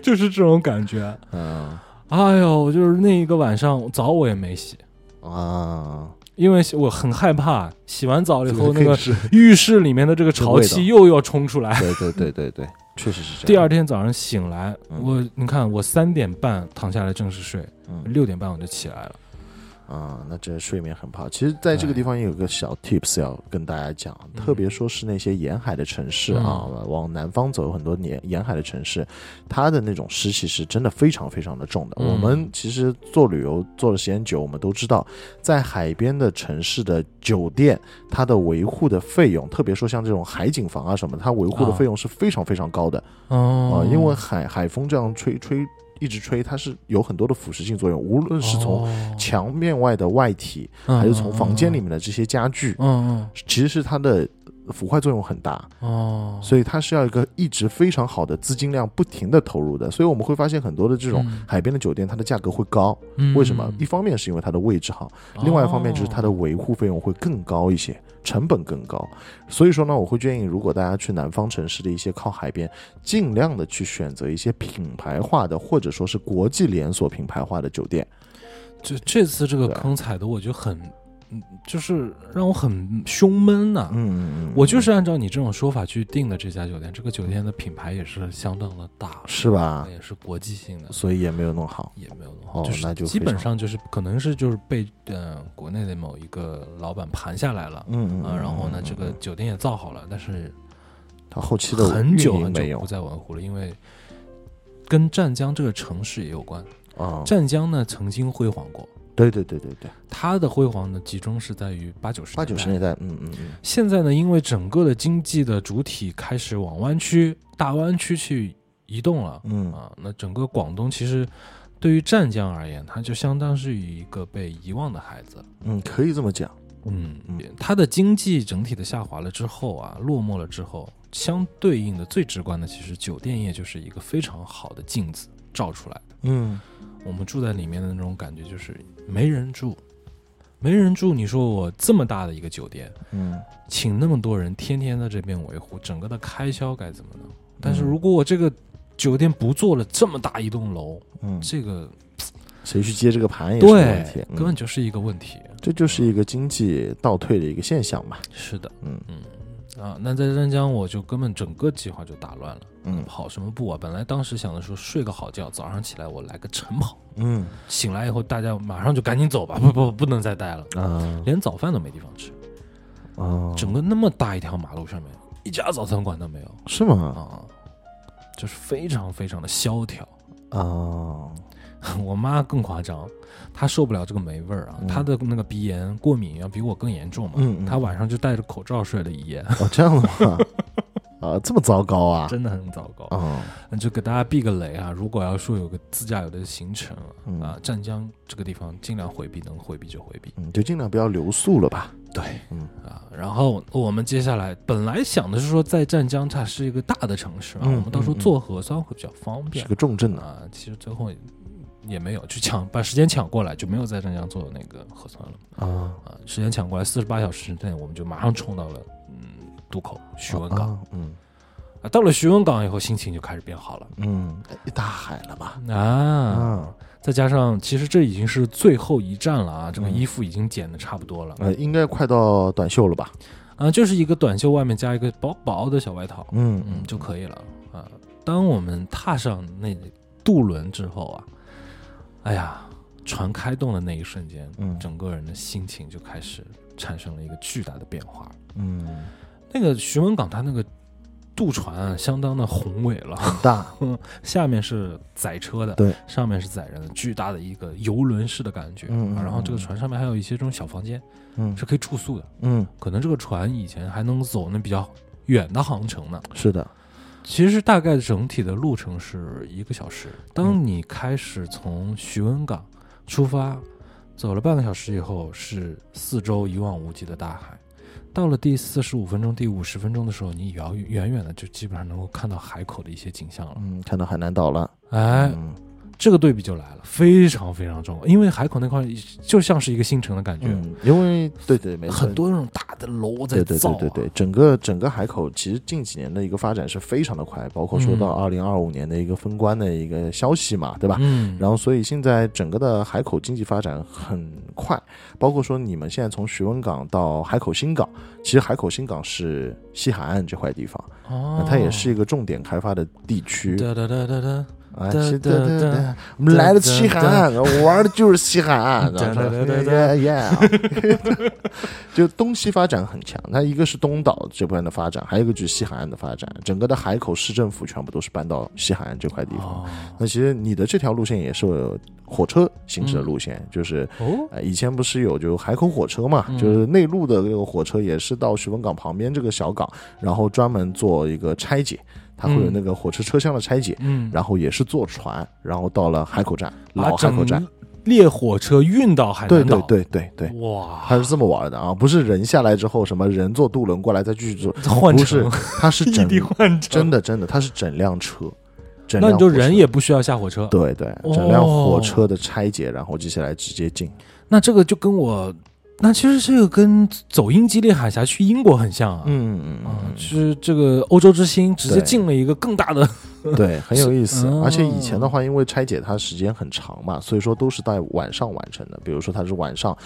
A: 就是这种感觉。
B: 嗯
A: 哎呦，我就是那一个晚上澡我也没洗，
B: 啊，
A: 因为我很害怕洗完澡了以后那
B: 这
A: 个
B: 是，
A: 浴室里面的这个潮
B: 这个
A: 气又要冲出来。
B: 对对对对对，确实是这
A: 第二
B: 样。
A: 天早上醒来，
B: 啊嗯
A: 我你看我三点半躺下来正式睡，
B: 嗯
A: 六点半我就起来了，
B: 啊、那这睡眠很不好。其实，在这个地方也有个小 tips 要跟大家讲，
A: 哎嗯
B: 特别说是那些沿海的城市啊，往南方走有很多沿沿海的城市，它的那种湿气是真的非常非常的重的。
A: 嗯
B: 我们其实做旅游做的时间久，我们都知道，在海边的城市的酒店，它的维护的费用，特别说像这种海景房啊什么，它维护的费用是非常非常高的。啊、
A: 哦
B: 因为海海风这样吹吹一直吹，它是有很多的腐蚀性作用，无论是从墙面外的外体，
A: 哦
B: 还是从房间里，面的这些家具，
A: 嗯嗯
B: 其实是它的腐坏作用很大，
A: 嗯哦，
B: 所以它是要一个一直非常好的资金量不停的投入的，所以我们会发现很多的这种
A: 嗯
B: 海边的酒店，它的价格会高，
A: 以
B: 为什么？一方面是因为它的位置好，另外一方面
A: 哦
B: 就是它的维护费用会更高一些，成本更高。所以说呢，我会建议，如果大家去南方城市的一些靠海边，尽量的去选择一些品牌化的，或者说是国际连锁品牌化的酒店。
A: 这这次这个
B: 对啊
A: 坑踩的，我就很，嗯就是让我很胸闷呐、
B: 嗯，
A: 我就是按照你这种说法去订的这家酒店，这个酒店的品牌也是相当的大，
B: 是吧？
A: 也是国际性的，
B: 所以也没有弄好。
A: 也没有弄
B: 哦
A: 好，就是
B: 那就
A: 基
B: 非
A: 本
B: 常
A: 上就是可能是就是被呃国内的某一个老板盘下来了
B: 嗯
A: 啊，然后呢，这个酒店也造好了，但是
B: 它后期的
A: 很久
B: 运营
A: 很
B: 没
A: 久
B: 有
A: 不再维护了，因为跟湛江这个城市也有关。
B: 啊，
A: 湛江呢曾经辉煌过，
B: 对对对对对，
A: 它的辉煌呢集中是在于八九十
B: 八九十年代，嗯嗯嗯，
A: 现在呢，因为整个的经济的主体开始往湾区、大湾区去移动了，
B: 嗯
A: 啊，那整个广东其实对于湛江而言，它就相当是一个被遗忘的孩子。
B: 嗯，可以这么讲。
A: 嗯
B: 嗯
A: 它的经济整体的下滑了之后啊，落寞了之后，相对应的最直观的，其实酒店业就是一个非常好的镜子照出来的。
B: 嗯，
A: 我们住在里面的那种感觉就是没人住，没人住。你说我这么大的一个酒店，
B: 嗯，
A: 请那么多人天天在这边维护，整个的开销该怎么
B: 嗯
A: 弄？但是如果我这个酒店不做了这么大一栋楼，
B: 嗯，
A: 这个
B: 谁去接这个盘也是个问
A: 对
B: 题，嗯
A: 根本就是一个问题。
B: 这就是一个经济倒退的一个现象嘛。
A: 是的，
B: 嗯
A: 嗯啊，那在湛江我就根本整个计划就打乱了，
B: 嗯
A: 跑什么步啊？本来当时想的说睡个好觉，早上起来我来个晨跑，
B: 嗯
A: 醒来以后大家马上就赶紧走吧，不不不能再待了，
B: 啊
A: 连早饭都没地方吃，
B: 嗯啊，
A: 嗯整个那么大一条马路上面一家早餐馆都没有
B: 是吗？
A: 啊，就是非常非常的萧条。
B: 啊，
A: 我妈更夸张，她受不了这个霉味儿啊，
B: 嗯
A: 她的那个鼻炎过敏要比我更严重嘛。
B: 嗯嗯
A: 她晚上就戴着口罩睡了一夜，
B: 哦，这样的吗？啊，这么糟糕啊？
A: 真的很糟糕。
B: 啊，
A: 那就给大家避个雷啊，如果要说有个自驾游的行程啊
B: 嗯
A: 啊，湛江这个地方尽量回避，能回避就回避。
B: 嗯，就尽量不要留宿了吧。
A: 对，
B: 嗯
A: 啊，然后我们接下来本来想的是说，在湛江它是一个大的城市啊，
B: 嗯
A: 我们到时候
B: 嗯嗯
A: 做核酸会比较方便
B: 是。个重症啊。
A: 啊，其实最后也没有去抢，把时间抢过来，就没有在湛江做那个核酸了
B: 啊，
A: 啊。时间抢过来，四十八小时之内，我们就马上冲到了嗯渡口徐闻港
B: 啊，嗯
A: 啊。到了徐闻港以后，心情就开始变好了
B: 嗯，哎大海了吧？
A: 啊。
B: 啊，
A: 再加上，其实这已经是最后一站了啊，这个
B: 嗯
A: 衣服已经剪的差不多了
B: 呃，应该快到短袖了吧？
A: 啊，就是一个短袖，外面加一个薄薄的小外套，
B: 嗯
A: 嗯就可以了啊。当我们踏上那渡轮之后啊，哎呀，船开动的那一瞬间，
B: 嗯
A: 整个人的心情就开始产生了一个巨大的变化。
B: 嗯，
A: 那个徐闻港它那个渡船啊，相当的宏伟了，
B: 很大，
A: 下面是载车的，
B: 对，
A: 上面是载人的，巨大的一个游轮式的感觉。
B: 嗯嗯
A: 啊然后这
B: 嗯
A: 个船上面还有一些这种小房间
B: 嗯
A: 是可以住宿的，
B: 嗯，
A: 可能这个船以前还能走那比较远的航程呢。
B: 是的，
A: 其实大概整体的路程是一个小时。当你开始从徐闻港出发，走了半个小时以后，是四周一望无际的大海。到了第四十五分钟、第五十分钟的时候，你遥远远的就基本上能够看到海口的一些景象了。
B: 嗯，看到海南岛了，
A: 哎，
B: 嗯
A: 这个对比就来了，非常非常重要，因为海口那块就像是一个新城的感觉，
B: 嗯，因为对对，没错
A: 很多那种大的楼在
B: 对对
A: 造、
B: 对
A: 啊，
B: 对对，整个整个海口其实近几年的一个发展是非常的快，包括
A: 嗯
B: 说到二零二五年的一个封关的一个消息嘛，对吧？
A: 嗯，
B: 然后，所以现在整个的海口经济发展很快，包括说你们现在从徐闻港到海口新港，其实海口新港是西海岸这块地方，
A: 哦
B: 那它也是一个重点开发的地区
A: 哒哒哒哒哒，
B: 哎，
A: 哒
B: 是
A: 哒
B: 对对
A: 哒
B: 对，我们来的西海岸，我玩的就是西海岸，啊
A: 哒哒哒哒哒
B: 耶耶， 就东西发展很强。它一个是东岛这边的发展，还有一个就是西海岸的发展。整个的海口市政府全部都是搬到西海岸这块地方。
A: 哦
B: 那其实你的这条路线也是火车行驶
A: 嗯
B: 的路线，就是
A: 哦，
B: 呃，以前不是有就海口火车嘛，
A: 嗯
B: 就是内陆的那个火车也是到徐闻港旁边这个小港，然后专门做一个拆解，它会有
A: 嗯
B: 那个火车车厢的拆解，
A: 嗯，
B: 然后也是坐船，然后到了海口站，
A: 把
B: 老海口站
A: 整，列火车运到海
B: 对
A: 南
B: 对
A: 岛，
B: 对对对。
A: 哇，
B: 它是这么玩的啊，不是人下来之后，什么人坐渡轮过来再继续坐，
A: 换
B: 不 是
A: 乘，
B: 它是
A: 异
B: 整
A: 地换乘，
B: 真的真的，它是整辆车，整
A: 那
B: 辆
A: 你就
B: 火车
A: 人也不哦需要下火车，
B: 对对，整辆火车的拆解，然后接下来直接进，
A: 那这个就跟我，那其实这个跟走英吉利海峡去英国很像啊。
B: 嗯嗯
A: 啊，就是这个欧洲之星直接
B: 对
A: 进了一个更大
B: 嗯
A: 的，
B: 对，很有意思。
A: 嗯
B: 而且以前的话，因为拆解它时间很长嘛，所以说都是在晚上完成的。比如说它是晚上，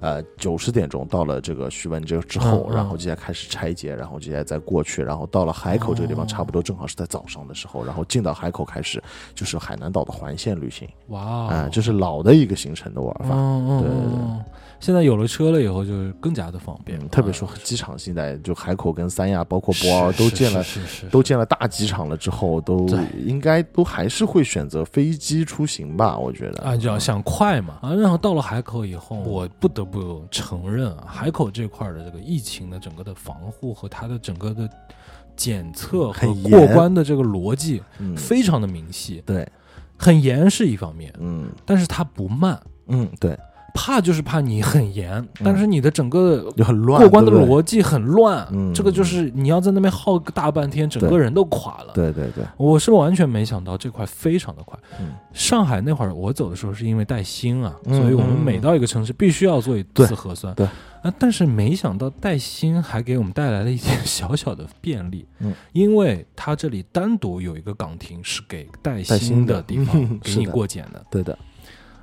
B: 呃，九十点钟到了这个徐闻之之后，
A: 嗯嗯
B: 然后接下来开始拆解，然后接下来再过去，然后到了海口这个地方，
A: 哦
B: 差不多正好是在早上的时候，然后进到海口开始就是海南岛的环线旅行
A: 哇
B: 啊、
A: 哦，
B: 这是老的一个行程的玩法。
A: 嗯嗯
B: 对对对
A: 嗯，现在有了车了以后，就是更加的方便了
B: 嗯，。特别说机场现在就海口跟三亚，包括博鳌
A: 是
B: 都
A: 是
B: 建了
A: 是是是
B: 都建了大机场了之后，都
A: 对
B: 应该都还是会选择飞机出行吧？我觉得
A: 啊，就要想快嘛啊！然后到了海口以后，我不得不承认啊，海口这块儿的这个疫情的整个的防护和它的整个的检测和
B: 嗯很严
A: 过关的这个逻辑
B: 嗯，
A: 非常的明细，
B: 对，
A: 很严是一方面，
B: 嗯
A: 但是它不慢，
B: 嗯，对，
A: 怕就是怕你很严，但是你的整个
B: 就很嗯乱，
A: 过关的
B: 对不对
A: 逻辑很乱，
B: 嗯
A: 这个就是你要在那边耗个大半天，整个
B: 对
A: 人都垮了。
B: 对对对，
A: 我是完全没想到这块非常的快。
B: 嗯
A: 上海那会儿我走的时候是因为带薪啊，
B: 嗯
A: 所以我们每到一个城市必须要做一
B: 对
A: 次核酸。
B: 对
A: 啊，但是没想到带薪还给我们带来了一点小小的便利，
B: 嗯，
A: 因为它这里单独有一个岗亭是给带
B: 带薪
A: 薪
B: 的
A: 的地方，
B: 嗯
A: 给
B: 是
A: 你
B: 的
A: 过检的。
B: 对的，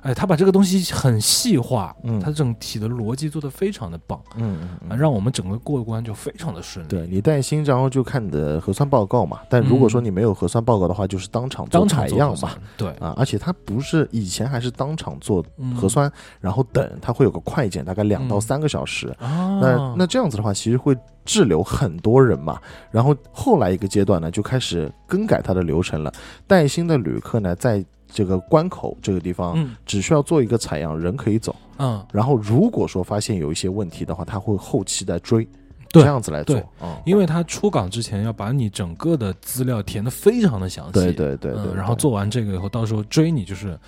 A: 哎，他把这个东西很细化，
B: 嗯
A: 它整体的逻辑做得非常的棒，
B: 嗯嗯
A: 啊，让我们整个过关就非常的顺利。
B: 对你带薪，然后就看你的核酸报告嘛。但如果说你没有核酸报告的话，就是当场
A: 嗯
B: 做
A: 当场
B: 采
A: 做
B: 样
A: 核
B: 嘛
A: 酸。对，
B: 啊，而且它不是以前还是当场做
A: 嗯
B: 核酸，然后等它会有个快检，大概两到
A: 嗯
B: 三个小时。
A: 啊，
B: 那那这样子的话，其实会滞留很多人嘛。然后后来一个阶段呢，就开始更改它的流程了。带薪的旅客呢，在这个关口这个地方，
A: 嗯
B: 只需要做一个采样，人可以走。
A: 嗯，
B: 然后如果说发现有一些问题的话，他会后期再追，
A: 对
B: 这样子来做
A: 对。
B: 嗯，
A: 因为他出港之前要把你整个的资料填得非常的详细，
B: 对对对对，
A: 嗯，然后
B: 对
A: 做完这个以后，到时候追你就是，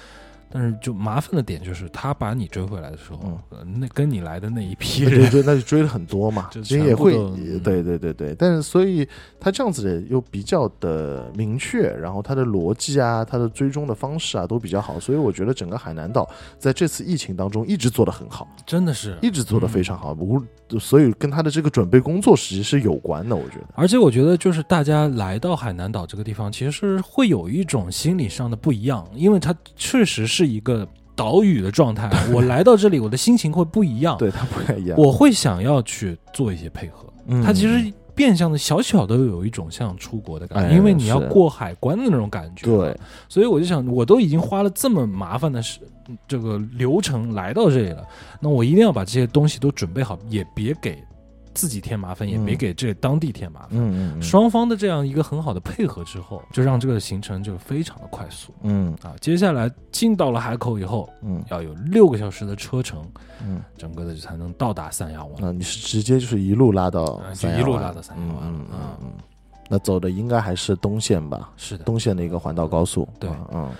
A: 但是就麻烦的点就是他把你追回来的时候，
B: 嗯
A: 呃那跟你来的那一批
B: 那就
A: 人，
B: 追，那就追了很多嘛，
A: 就
B: 其实
A: 全
B: 也
A: 部
B: 会
A: 都，
B: 也
A: 嗯
B: 对对对对，但是所以他这样子的又比较的明确，然后他的逻辑啊，他的追踪的方式啊都比较好，所以我觉得整个海南岛在这次疫情当中一直做得很好，
A: 真的是。
B: 一直做得非常
A: 嗯
B: 好，无所以跟他的这个准备工作实际是有关的，我觉得，
A: 而且我觉得，就是大家来到海南岛这个地方，其实是会有一种心理上的不一样，因为它确实是一个岛屿的状态。啊我来到这里，我的心情会不一样，
B: 对他不太一样，
A: 哦我会想要去做一些配合。
B: 嗯
A: 它其实变相的小小的有一种像出国的感觉，
B: 哎
A: 因为你要
B: 是
A: 过海关的那种感觉。
B: 嗯对，
A: 所以我就想，我都已经花了这么麻烦的事，这个流程来到这里了，那我一定要把这些东西都准备好，也别给自己添麻烦，也
B: 嗯
A: 别给这当地添麻烦。
B: 嗯嗯，
A: 双方的这样一个很好的配合之后，就让这个行程就非常的快速
B: 嗯
A: 啊。接下来进到了海口以后，
B: 嗯
A: 要有六个小时的车程，
B: 嗯，
A: 整个的才能到达三亚湾。
B: 那你是直接就是一路拉到
A: 嗯就
B: 三亚
A: 一路
B: 湾
A: 拉到三亚
B: 嗯
A: 湾
B: 嗯
A: 了
B: 嗯
A: 啊
B: 嗯，那走的应该还是东线吧？
A: 是的，
B: 东线的一个环岛高速。
A: 对
B: 啊嗯，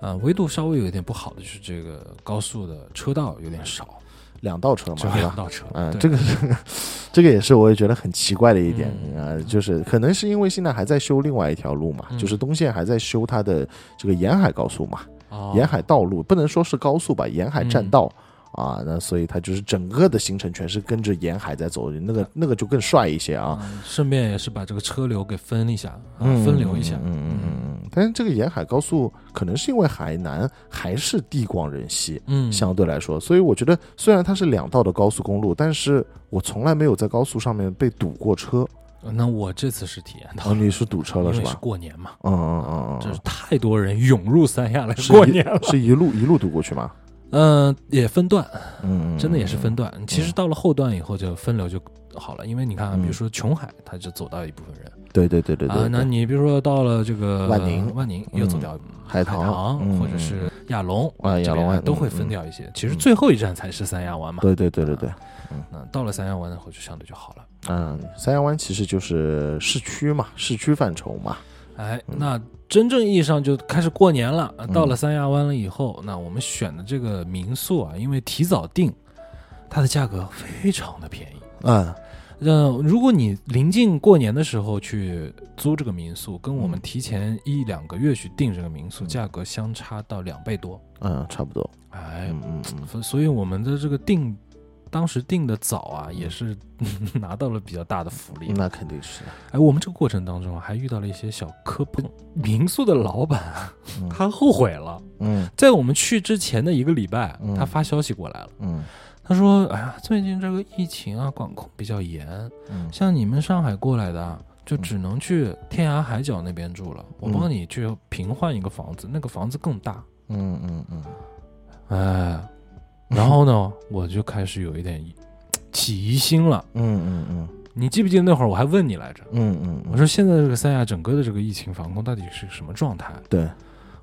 A: 呃，维度稍微有一点不好的就是这个高速的车道有点少，
B: 两道车嘛，
A: 只
B: 是
A: 有两
B: 吧？
A: 道车。
B: 嗯，
A: 对
B: 这个是， 这个也是我也觉得很奇怪的一点，
A: 嗯
B: 呃，就是可能是因为现在还在修另外一条路嘛，
A: 嗯
B: 就是东线还在修它的这个沿海高速嘛，
A: 哦
B: 沿海道路不能说是高速吧，沿海栈
A: 嗯
B: 道。啊，那所以它就是整个的行程全是跟着沿海在走，那个那个就更帅一些啊，
A: 嗯顺便也是把这个车流给分一下，啊
B: 嗯
A: 分流一下。
B: 嗯嗯嗯嗯。但是这个沿海高速可能是因为海南还是地广人稀，
A: 嗯，
B: 相对来说，所以我觉得虽然它是两道的高速公路，但是我从来没有在高速上面被堵过车。
A: 呃那我这次是体验到了，
B: 哦，你是堵车
A: 因
B: 了是
A: 为是
B: 吧？
A: 过年嘛，
B: 嗯嗯嗯嗯
A: 这
B: 嗯
A: 是太多人涌入三亚来
B: 是
A: 过
B: 一
A: 年了
B: 嗯，。是一路一路堵过去吗？
A: 嗯、也分段，
B: 嗯，嗯
A: 真的也是分。
B: 嗯
A: 段。其实到了后段以后，就分流就好了，因为你看啊，
B: 嗯
A: 比如说琼海，它就走掉一部分人
B: 嗯对对对对
A: 啊。
B: 对。
A: 那
B: 对
A: 你比如说到了这个
B: 万宁
A: 万宁又走
B: 嗯
A: 掉
B: 海
A: 棠，
B: 棠嗯
A: 或者是亚龙
B: 啊
A: 这
B: 亚龙
A: 边
B: 啊
A: 都会
B: 嗯
A: 分
B: 嗯
A: 掉一些。其实
B: 嗯
A: 最后一站才是三亚湾嘛。
B: 对对对对对，
A: 那到了三亚湾以后，就相对就好了。
B: 嗯，三亚湾其实就是市区嘛，市区范畴嘛，
A: 哎，
B: 嗯
A: 那真正意义上就开始过年了。
B: 嗯
A: 到了三亚湾了以后，那我们选的这个民宿啊，因为提早订，它的价格非常的便宜。
B: 嗯，
A: 那如果你临近过年的时候去租这个民宿，跟我们提前一两个月去订这个民宿，
B: 嗯
A: 价格相差到两倍多。
B: 嗯，差不多，
A: 哎，
B: 嗯嗯嗯，
A: 所所以我们的这个订，当时订的早啊，也是 拿到了比较大的福利。
B: 那肯定是的，
A: 哎，我们这个过程当中啊还遇到了一些小磕碰。民宿的老板啊
B: 嗯
A: 他后悔了，
B: 嗯
A: 在我们去之前的一个礼拜，
B: 嗯
A: 他发消息过来了，
B: 嗯
A: 他说：“哎呀，最近这个疫情啊，管控比较严，
B: 嗯
A: 像你们上海过来的啊，就只能去天涯海角那边住了。我帮你去平换一个房子，那个房子更大。
B: 嗯嗯嗯，
A: 哎，然后呢， 我就开始有一点起疑心了。
B: 嗯嗯嗯
A: 你记不记得那会儿我还问你来着？
B: 嗯嗯，
A: 我说现在这个三亚整个的这个疫情防控到底是个什么状态？
B: 对，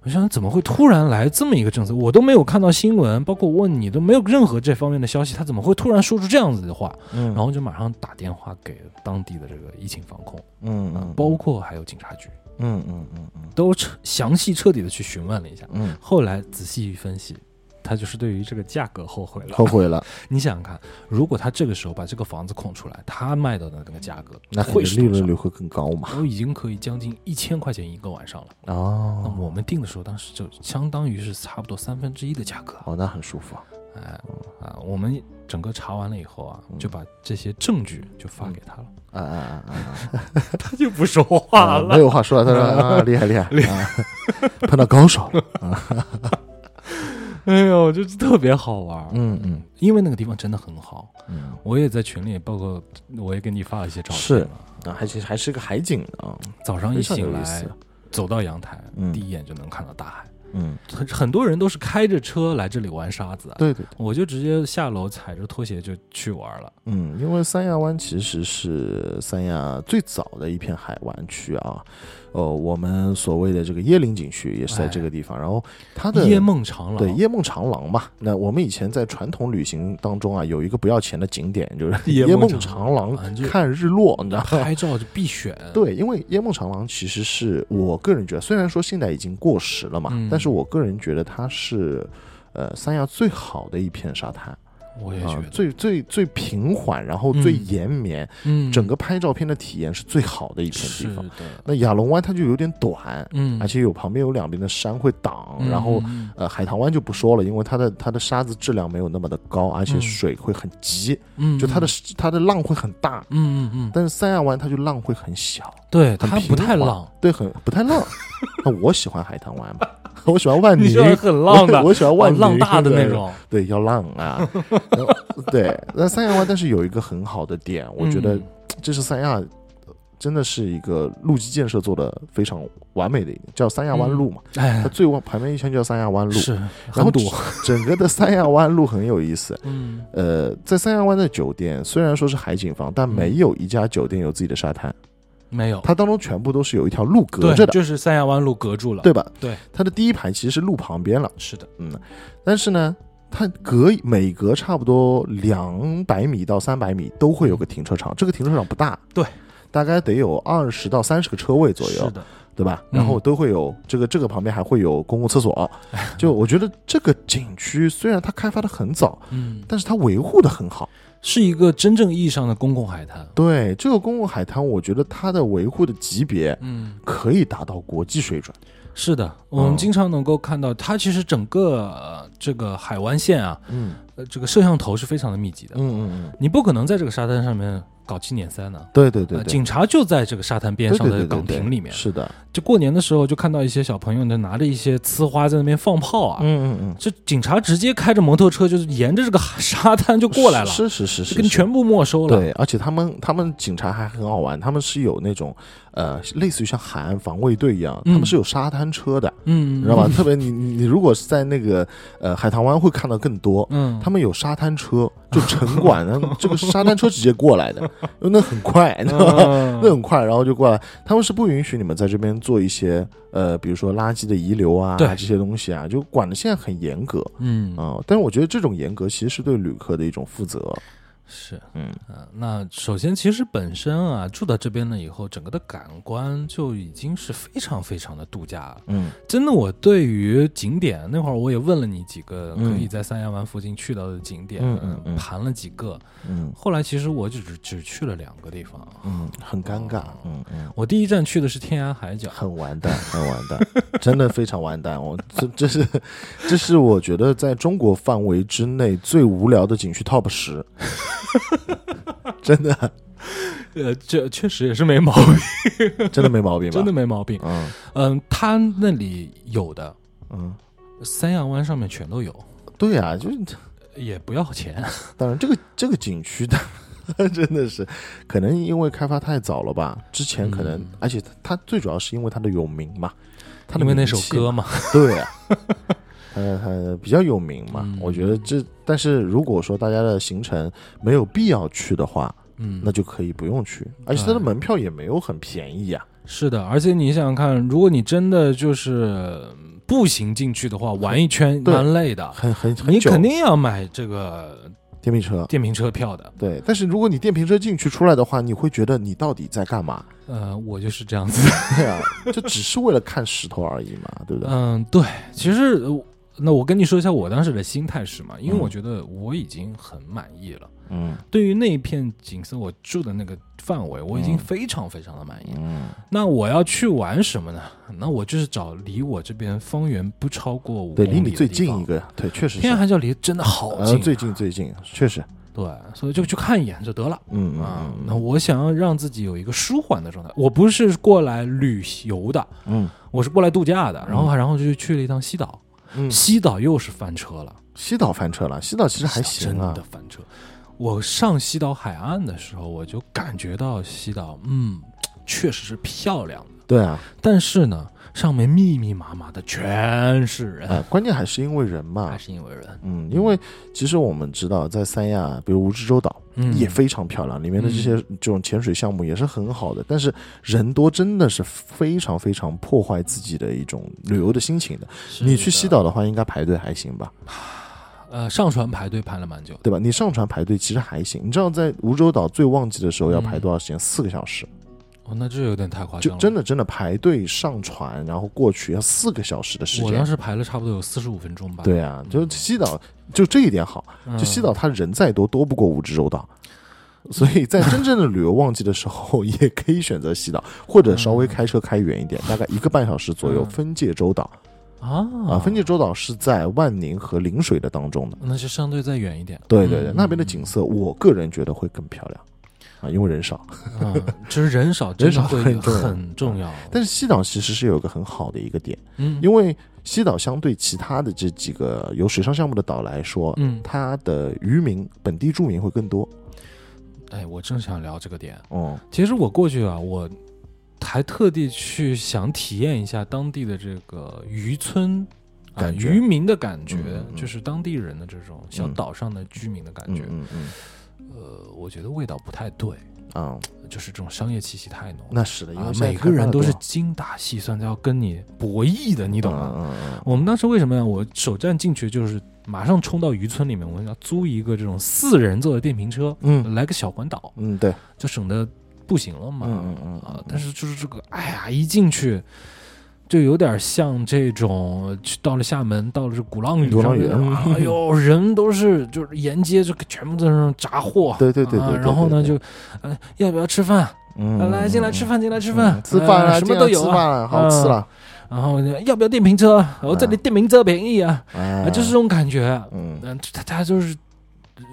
A: 我想怎么会突然来这么一个政策？我都没有看到新闻，包括我问你都没有任何这方面的消息，他怎么会突然说出这样子的话？
B: 嗯，
A: 然后就马上打电话给当地的这个疫情防控，
B: 嗯
A: 啊
B: 嗯，
A: 包括还有警察局，
B: 嗯嗯嗯嗯
A: 都彻详细彻底的去询问了一下。
B: 嗯，
A: 后来仔细一分析，他就是对于这个价格后悔了。
B: 后悔了，
A: 你想想看，如果他这个时候把这个房子空出来，他卖到的那个价格，
B: 那肯
A: 会
B: 定
A: 是
B: 利
A: 多少
B: 润率会更高嘛？
A: 都已经可以将近一千块钱一个晚上了。那
B: 哦，
A: 我们订的时候，当时就相当于是差不多三分之一的价格。
B: 哦，那很舒服啊，
A: 哎啊，我们整个查完了以后啊，
B: 嗯
A: 就把这些证据就发给 他了，
B: 啊啊啊 啊
A: 他就不说
B: 啊
A: 话
B: 啊，没有话说了，他说 啊，厉害厉害，啊碰到高手了，
A: 哎呦，就特别好玩儿，
B: 嗯嗯
A: 因为那个地方真的很好。
B: 嗯，
A: 我也在群里，包括我也给你发了一些照
B: 是
A: 片嘛。
B: 啊，还是还是个海景啊，
A: 早上一
B: 非常
A: 醒
B: 有意
A: 来
B: 思，，
A: 走到阳台，
B: 嗯
A: 第一眼就能看到大海。
B: 嗯，
A: 很很多人都是开着车来这里玩沙子啊，
B: 对对对。
A: 我就直接下楼踩着拖鞋就去玩了。
B: 嗯，因为三亚湾其实是三亚最早的一片海湾区啊，呃，我们所谓的这个椰林景区也是在这个地方，然后它的哎
A: 夜梦长廊，
B: 对椰梦长廊嘛，那我们以前在传统旅行当中啊，有一个不要钱的景点就是
A: 椰
B: 椰
A: 梦
B: 梦
A: 长
B: 长廊
A: 廊啊就
B: 看日落，你知道吗？
A: 拍照就必选。
B: 对，因为椰梦长廊其实是我个人觉得，虽然说现在已经过时了嘛，
A: 嗯
B: 但是我个人觉得它是，呃，三亚最好的一片沙滩
A: 我也
B: 啊、
A: 觉得，
B: 最最最平缓，然后最
A: 嗯
B: 延绵，
A: 嗯，
B: 整个拍照片的体验是最好的一片
A: 是
B: 地方。
A: 的，
B: 那亚龙湾它就有点短，
A: 嗯，
B: 而且有旁边有两边的山会挡，然后
A: 嗯
B: 呃海棠湾就不说了，因为它的它的沙子质量没有那么的高，而且
A: 嗯
B: 水会很急，
A: 嗯，
B: 就它的它的浪会很大。
A: 嗯嗯嗯，
B: 但是三亚湾它就浪会很小，
A: 对，
B: 很
A: 它
B: 平
A: 不太
B: 缓
A: 浪，，
B: 对，很不太浪。 那我喜欢海棠湾嘛，我喜欢万宁，
A: 很啊
B: 我我喜欢万宁、
A: 哦浪大的
B: 对
A: 那，种，
B: 对，要浪 啊。然后对，那三亚湾但是有一个很好的点，我觉得
A: 嗯
B: 这是三亚真的是一个路基建设做的非常完美的一点，叫三亚湾路嘛，它
A: 哎
B: 最往旁边一圈叫三亚湾路，
A: 是
B: 然后
A: 很堵，
B: 整个的三亚湾路很有意思。
A: 嗯，
B: 呃，在三亚湾的酒店虽然说是海景房，但
A: 嗯
B: 没有一家酒店有自己的沙滩，
A: 没有，
B: 它当中全部都是有一条路隔
A: 对
B: 着的，
A: 就是三亚湾路隔住了，
B: 对，吧？
A: 对，
B: 它的第一排其实是路旁边了，
A: 是的，
B: 但是呢，它隔每隔差不多两百米到三百米都会有个停车场，这个停车场不大，
A: 对，
B: 大概得有二十到三十个车位左
A: 是
B: 右，
A: 的，
B: 对吧？
A: 嗯
B: 然后都会有、这个这个旁边还会有公共 厕所，就我觉得这个景区虽然它开发的很早，
A: 嗯，
B: 但是它维护的很好。
A: 是一个真正意义上的公共海滩，
B: 对这个公共海滩，我觉得它的维护的级别
A: 嗯，
B: 可以达到国际水准。
A: 是的，我们
B: 嗯
A: 经常能够看到，它其实整个呃这个海湾线啊，
B: 嗯
A: 呃，这个摄像头是非常的密集的，
B: 嗯嗯
A: 你不可能在这个沙滩上面搞七捻三呢。
B: 对对对
A: 呃
B: 对，
A: 警察就在这个沙滩边
B: 对
A: 上
B: 对
A: 的
B: 对对
A: 岗
B: 对
A: 亭里面。
B: 是的，
A: 这过年的时候就看到一些小朋友呢拿着一些呲花在那边放炮啊，
B: 嗯嗯嗯，
A: 这警察直接开着摩托车就是沿着这个沙滩就过来了，
B: 是是是是，
A: 就是给你全部没收了。
B: 对，而且他们他们警察还很好玩，他们是有那种呃，类似于像海岸防卫队一样，
A: 嗯
B: 他们是有沙滩车的，
A: 嗯，
B: 你知道吧？特别你你你如果是在那个呃海棠湾会看到更多。
A: 嗯？嗯，
B: 他们有沙滩车，就城 管，然后这个沙滩车直接过来的，那很快，你知道吧？
A: 嗯
B: 那很快，然后就过来。他们是不允许你们在这边做一些呃，比如说垃圾的遗留啊，
A: 对
B: 这些东西啊，就管的现在很严格
A: 嗯
B: 啊、但是我觉得这种严格其实是对旅客的一种负责。
A: 是
B: 嗯
A: 啊。那首先，其实本身啊住到这边了以后，整个的感官就已经是非常非常的度假了。
B: 嗯
A: 真的，我对于景点那会儿我也问了你几个可
B: 嗯
A: 以在三亚湾附近去到的景点，呃
B: 嗯嗯嗯
A: 盘了几个。
B: 嗯
A: 后来其实我只只只去了两个地方。
B: 嗯，很尴尬
A: 哦，
B: 嗯嗯，
A: 我第一站去的是天涯海角，
B: 很完蛋，很完蛋， 真的非常完蛋。我这这是这是我觉得在中国范围之内最无聊的景区 Top 十，真的
A: 呃，这确实也是没毛病，
B: 真的没毛病吧？
A: 真的，没毛病。
B: 嗯
A: 嗯，它那里有的
B: 嗯，
A: 三亚湾上面全都有，
B: 对啊，就是
A: 也不要钱。
B: 当然这个这个景区的。 真的是，可能因为开发太早了吧？之前可能，
A: 嗯
B: 而且它它最主要是因为它的有名 嘛，它的
A: 因为那首
B: 名气
A: 歌嘛，
B: 对、啊，呃呃，比较有名嘛。
A: 嗯
B: 我觉得这，但是如果说大家的行程没有必要去的话，
A: 嗯，
B: 那就可以不用去，而且它的门票也没有很便宜啊。
A: 是的。而且你想想看，如果你真的就是步行进去的话，玩一圈
B: 对
A: 蛮累的，
B: 很很很
A: 你
B: 久，
A: 肯定要买这个
B: 电瓶车。
A: 电瓶车票的。
B: 对，但是如果你电瓶车进去出来的话，你会觉得你到底在干嘛？
A: 呃，我就是这样子。
B: 对啊，就只是为了看石头而已嘛，对不对？
A: 嗯，对，其实。呃那我跟你说一下我当时的心态是嘛，因为
B: 嗯
A: 我觉得我已经很满意了。
B: 嗯
A: 对于那一片景色，我住的那个范围，我已经
B: 嗯
A: 非常非常的满意了。
B: 嗯
A: 那我要去玩什么呢？那我就是找离我这边方圆不超过五
B: 对，
A: 公
B: 离
A: 里
B: 你
A: 的
B: 最
A: 地
B: 近
A: 方
B: 一个，对，确实是
A: 天涯。海角离真的好近啊、
B: 呃，最近最近，确实，
A: 对，所以就去看一眼就得了
B: 嗯
A: 啊
B: 嗯。
A: 那我想要让自己有一个舒缓的状态，我不是过来旅游的，
B: 嗯
A: 我是过来度假的。然后，然后就去了一趟西岛，
B: 嗯，
A: 西岛又是翻车了，
B: 西岛翻车了，西岛其实还
A: 西岛
B: 行啊
A: 真的，翻车。我上西岛海岸的时候，我就感觉到西岛，嗯，确实是漂亮的，
B: 对啊，
A: 但是呢，上面密密麻麻的全是人，
B: 呃，关键还是因为人嘛
A: 哎还，是因为人，
B: 嗯，因为其实我们知道，在三亚，比如蜈支洲岛
A: 嗯，
B: 也非常漂亮，里面的这些这种潜水项目也是很好的，但是人多真的是非常非常破坏自己的一种旅游的心情的。
A: 是
B: 你去西
A: 的，
B: 岛的话，应该排队还行吧，
A: 呃，上船排队排了蛮久的。
B: 对吧？你上船排队其实还行，你知道在蜈洲岛最旺季的时候要排
A: 嗯
B: 多少时间？四个小时，
A: 哦，那这有点太夸张
B: 就
A: 了。
B: 真的真的排队上船，然后过去要四个小时的时
A: 我当
B: 间。
A: 时排了差不多有四十五分钟吧。
B: 对啊，就西岛就这一点好，
A: 嗯，
B: 就西岛它人再多，多不过蜈支洲岛。所以在真正的旅游旺季的时候， 也可以选择西岛，或者稍微开车开远一点，大概一个半小时左右。
A: 嗯
B: 分界洲岛
A: 啊
B: 啊，分界洲岛是在万宁和陵水的当中的。
A: 那就相对再远一点。
B: 对对对，
A: 嗯
B: 那边的景色，我个人觉得会更漂亮啊，因为人少。
A: 嗯，就是人少，
B: 人
A: 真的
B: 少
A: 会
B: 很重要
A: 很重要。
B: 但是西岛其实是有一个很好的一个点，
A: 嗯，
B: 因为西岛相对其他的这几个有水上项目的岛来说，
A: 嗯，
B: 它的渔民本地住民会更多。
A: 哎，我正想聊这个点。
B: 哦，
A: 其实我过去啊，我还特地去想体验一下当地的这个渔村。啊
B: 感觉
A: 渔民的感觉、
B: 嗯嗯
A: 就是当地人的这种小
B: 嗯
A: 岛上的居民的感
B: 嗯
A: 觉，
B: 嗯嗯，
A: 呃，我觉得味道不太对，
B: 啊、
A: 就是这种商业气息太浓了。
B: 那是的，因为
A: 嗯啊，
B: 现在
A: 每
B: 开
A: 个
B: 发
A: 人
B: 得
A: 都
B: 多
A: 是精打细算，要跟你博弈的，你懂吗？
B: 嗯嗯
A: 我们当时为什么呀？我首站进去就是马上冲到渔村里面，我们要租一个这种四人座的电瓶车，
B: 嗯
A: 来个小环岛，
B: 嗯，对，
A: 就省得步行了嘛。
B: 嗯嗯
A: 啊，但是就是这个，哎呀，一进去。就有点像这种，去到了厦门，到了这鼓浪屿
B: 鼓浪
A: 上
B: 屿
A: 面，哎呦，人都是就是沿街就全部在那炸货，
B: 对对对对
A: 啊
B: 对
A: 然后呢
B: 对
A: 就，呃，要不要吃饭？
B: 嗯，
A: 来来，进来吃饭，进来吃饭，
B: 吃饭
A: 呃
B: 了，
A: 什么都有
B: 进来吃
A: 啊。
B: 饭了，好吃了，
A: 然后呢要不要电瓶车？我、这里电瓶车便宜啊，
B: 哎
A: 啊，就是这种感觉。
B: 嗯
A: 嗯，他他就是呃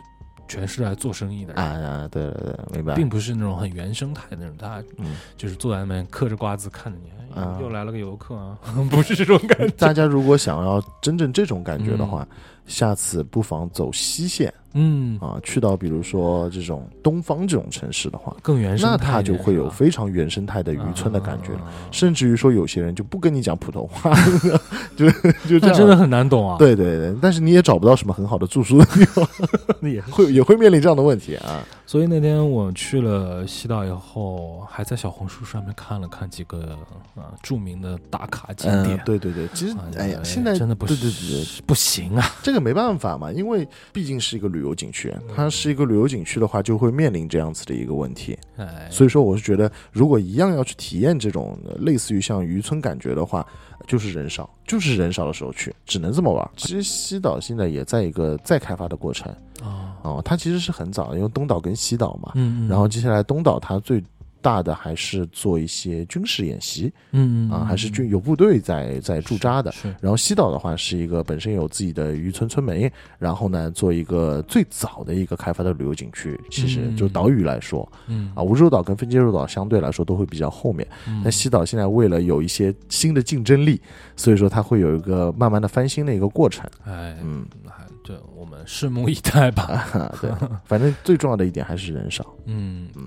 A: 全是来做生意的
B: 啊
A: 人，
B: 啊，对对对，明白。
A: 并不是那种很原生态的那种，他
B: 嗯
A: 就是坐在那边嗑着瓜子看着你，哎
B: 啊
A: 又来了个游客啊， 不是这种感觉。
B: 大家如果想要真正这种感觉的话，下次不妨走西线
A: 嗯，
B: 啊，去到比如说这种东方这种城市的话，
A: 更原生态
B: 那
A: 一点，
B: 它就会有
A: 是吧
B: 非常原生态的渔村的感觉，
A: 啊
B: 甚至于说有些人就不跟你讲普通话， 就就这
A: 那
B: 样。
A: 真的很难懂啊。，
B: 对对对，但是你也找不到什么很好的住宿的地方，
A: 也
B: 会也会面临这样的问题啊。
A: 所以那天我去了西岛以后，还在小红书上面看了看几个啊著名的打卡景
B: 嗯
A: 点。，
B: 对对对，其实
A: 啊
B: 哎呀，现在
A: 真的不
B: 对
A: 是
B: 对对对，
A: 不行啊。
B: 这个没办法嘛，因为毕竟是一个旅游景区
A: 嗯，
B: 它是一个旅游景区的话，就会面临这样子的一个问题。
A: 哎，
B: 所以说，我是觉得，如果一样要去体验这种呃类似于像渔村感觉的话，就是人少，就是人少的时候去，只能这么
A: 嗯
B: 玩。其实西岛现在也在一个再开发的过程
A: 啊，
B: 哦，它其实是很早，因为东岛跟西岛嘛，
A: 嗯，嗯
B: 然后接下来东岛它最。大的还是做一些军事演习
A: 嗯嗯
B: 啊，
A: 嗯
B: 还是军有部队在在驻扎的，
A: 是
B: 然后西岛的话是一个本身有自己的渔村村民，然后呢做一个最早的一个开发的旅游景区。其实
A: 嗯
B: 就岛屿来说、
A: 嗯
B: 啊，，无洲岛跟分界洲岛相对来说都会比较后面。
A: 嗯
B: 但西岛现在为了有一些新的竞争力，所以说它会有一个慢慢的翻新的一个过程。
A: 哎，
B: 嗯，
A: 还这我们拭目以待吧。
B: 啊、对，反正最重要的一点还是人少。
A: 嗯
B: 嗯，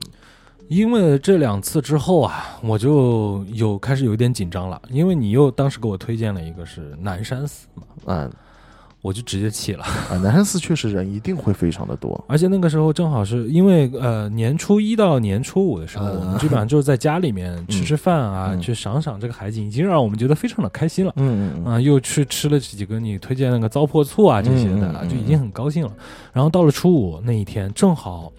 A: 因为这两次之后啊，我就有开始有点紧张了，因为你又当时给我推荐了一个是南山寺嘛，
B: 啊
A: 我就直接弃了。
B: 啊，南山寺确实人一定会非常的多。
A: 而且那个时候正好是因为呃年初一到年初五的时候，
B: 嗯
A: 我们基本上就是在家里面吃吃饭啊，
B: 嗯
A: 去赏赏这个海景，已经让我们觉得非常的开心了。
B: 嗯嗯
A: 啊、又去吃了几个你推荐那个糟粕醋啊这些的，
B: 嗯嗯嗯
A: 就已经很高兴了。然后到了初五那一天，正好，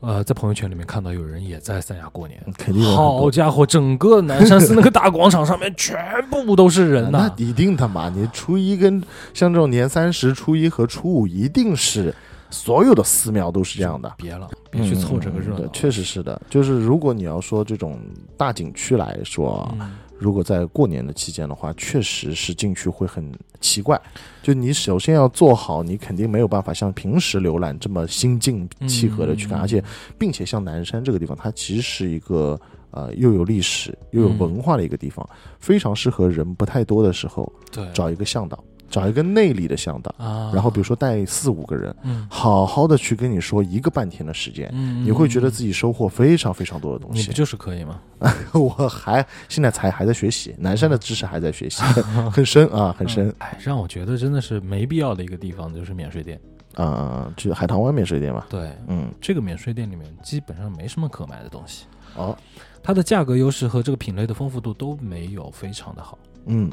A: 呃，在朋友圈里面看到有人也在三亚过年，
B: 嗯，肯定有很
A: 好
B: 多。
A: 家伙，整个南山寺那个大广场上面全部都是人呐、
B: 啊那一定他妈！你初一跟像这种年三十、初一和初五，一定是所有的寺庙都是这样的。嗯
A: 别了，别去凑这个热闹
B: 对
A: 了，
B: 确实是的。就是如果你要说这种大景区来说，啊
A: 嗯
B: 如果在过年的期间的话，确实是进去会很奇怪。就你首先要做好，你肯定没有办法像平时浏览这么心静气和的去看，
A: 嗯
B: 而且并且像南山这个地方，它其实是一个呃又有历史又有文化的一个地方，非常适合人不太多的时候
A: 嗯对
B: 找一个向导，找一个内里的向导，
A: 啊，
B: 啊然后比如说带四五个人，
A: 嗯
B: 好好的去跟你说一个半天的时间。
A: 嗯，
B: 你会觉得
A: 己
B: 自己收获非常非常多的东
A: 你
B: 西
A: 不，就是可以吗？
B: 我还现在才还在学习，南山的知识还在学习，很深啊，很深
A: 哎，让我觉得真的是没必要的一个地方就是免税店。
B: 啊啊！去海棠湾免税店吧，
A: 对，
B: 嗯，
A: 这个免税店里面基本上没什么可买的东西，
B: 哦，
A: 它的价格优势和这个品类的丰富度都没有非常的好。
B: 嗯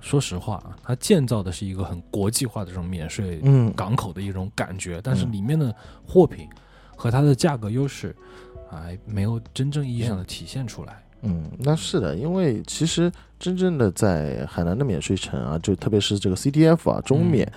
A: 说实话啊，它建造的是一个很国际化的这种免税
B: 嗯，
A: 港口的一种感觉，但是里面的货品和它的价格优势还没有真正意义上的体现出来。
B: 嗯，那是的，因为其实真正的在海南的免税城啊，就特别是这个 CDF 啊，中免，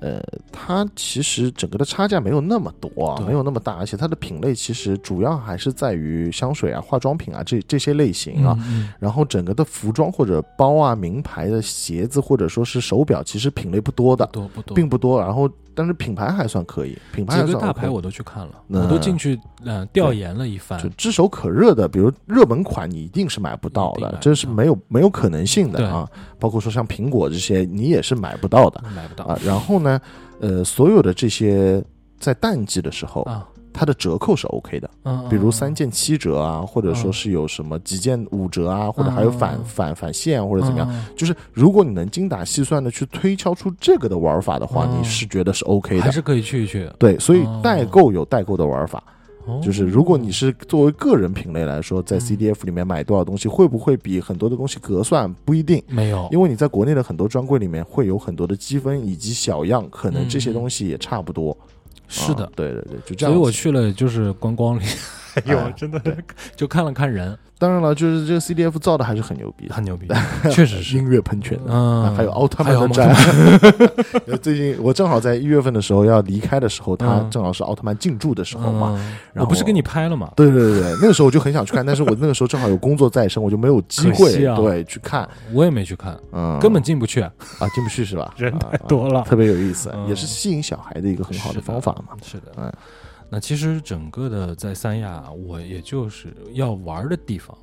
B: 呃，它其实整个的差价没有那么多啊，
A: 对
B: 没有那么大，而且它的品类其实主要还是在于香水啊、化妆品啊这这些类型啊。
A: 嗯
B: 然后整个的服装或者包啊、名牌的鞋子或者说是手表，其实品类不多的
A: 不，多不多，
B: 并不多。然后但是品牌还算可以，品牌还
A: 几个
B: 算
A: 大
B: OK
A: 牌我都嗯去看了，
B: 那
A: 我都进去呃调研了一番
B: 就。炙手可热的，比如热门款，你一定是买不到
A: 一定买
B: 的
A: 不，
B: 这是没有没有可能性的
A: 对
B: 啊。包括说像苹果这些，你也是买不到的
A: 买不到
B: 啊。然后呢，呃，所有的这些在淡季的时候，
A: 啊，
B: 它的折扣是 OK 的，
A: 嗯，
B: 比如
A: 嗯
B: 三，件七折啊，或者说是有什么几件五折啊，或者还有
A: 嗯
B: 返
A: 嗯嗯
B: 返返现或
A: 或
B: 者怎么样。就是如果你能精打细算的去推敲出这个的玩法的话，
A: 嗯
B: 你是觉得是 OK
A: 还
B: 的。
A: 是可以去一去。
B: 对，所以
A: 哦
B: 代购有代购的玩法，
A: 哦
B: 就是如果你是作为个人品类来说，在
A: 嗯
B: CDF 里面买多少东西，会不会比很多的东西隔算不一定，
A: 没有，
B: 因为你在国内的很多专柜里面会有很多的积分以及小样，可能这些
A: 嗯
B: 东西也差不多。
A: 是的
B: 啊，对对对，就这
A: 所
B: 样子。
A: 以我去了就是观光里，有
B: 哎
A: 真的
B: 对
A: 就看了看人，
B: 当然了，就是这个 CDF 造的还是很牛逼的，
A: 很牛逼，确实是
B: 音乐喷泉。
A: 嗯，
B: 啊还有奥特
A: 还
B: 曼
A: 有
B: 的
A: 奥特
B: 战， 因为最近我正好在一月份的时候要离开的时候，他
A: 嗯
B: 正好是奥特曼进驻的时候嘛。
A: 嗯，
B: 然后
A: 我不是给你拍了吗？
B: 对对对对，那个时候我就很想去看，但是我那个时候正好有工作在身，我就没有机
A: 可
B: 会
A: 惜啊
B: 对去看，
A: 我也没去看，
B: 嗯，
A: 根本进不去，
B: 啊进不去是吧？
A: 人
B: 啊
A: 太多了
B: 啊特别有意思，
A: 嗯
B: 也是吸引小孩的一个很好的方法嘛。
A: 是的，
B: 嗯
A: 那其实整个的在三亚，我也就是要玩的地方，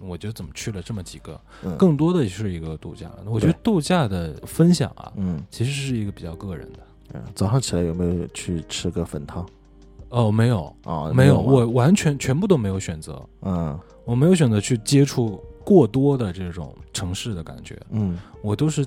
A: 我就怎么去了这么几个，
B: 嗯
A: 更多的是一个度假。我觉得
B: 对
A: 度假的分享啊，
B: 嗯，
A: 其实是一个比较个人的。
B: 嗯早上起来有没有去吃个粉汤
A: 哦，没有，
B: 啊？
A: 没有，
B: 吗
A: 我完全全部都没有选择，
B: 嗯
A: 我没有选择去接触过多的这种城市的感觉，
B: 嗯，
A: 我都是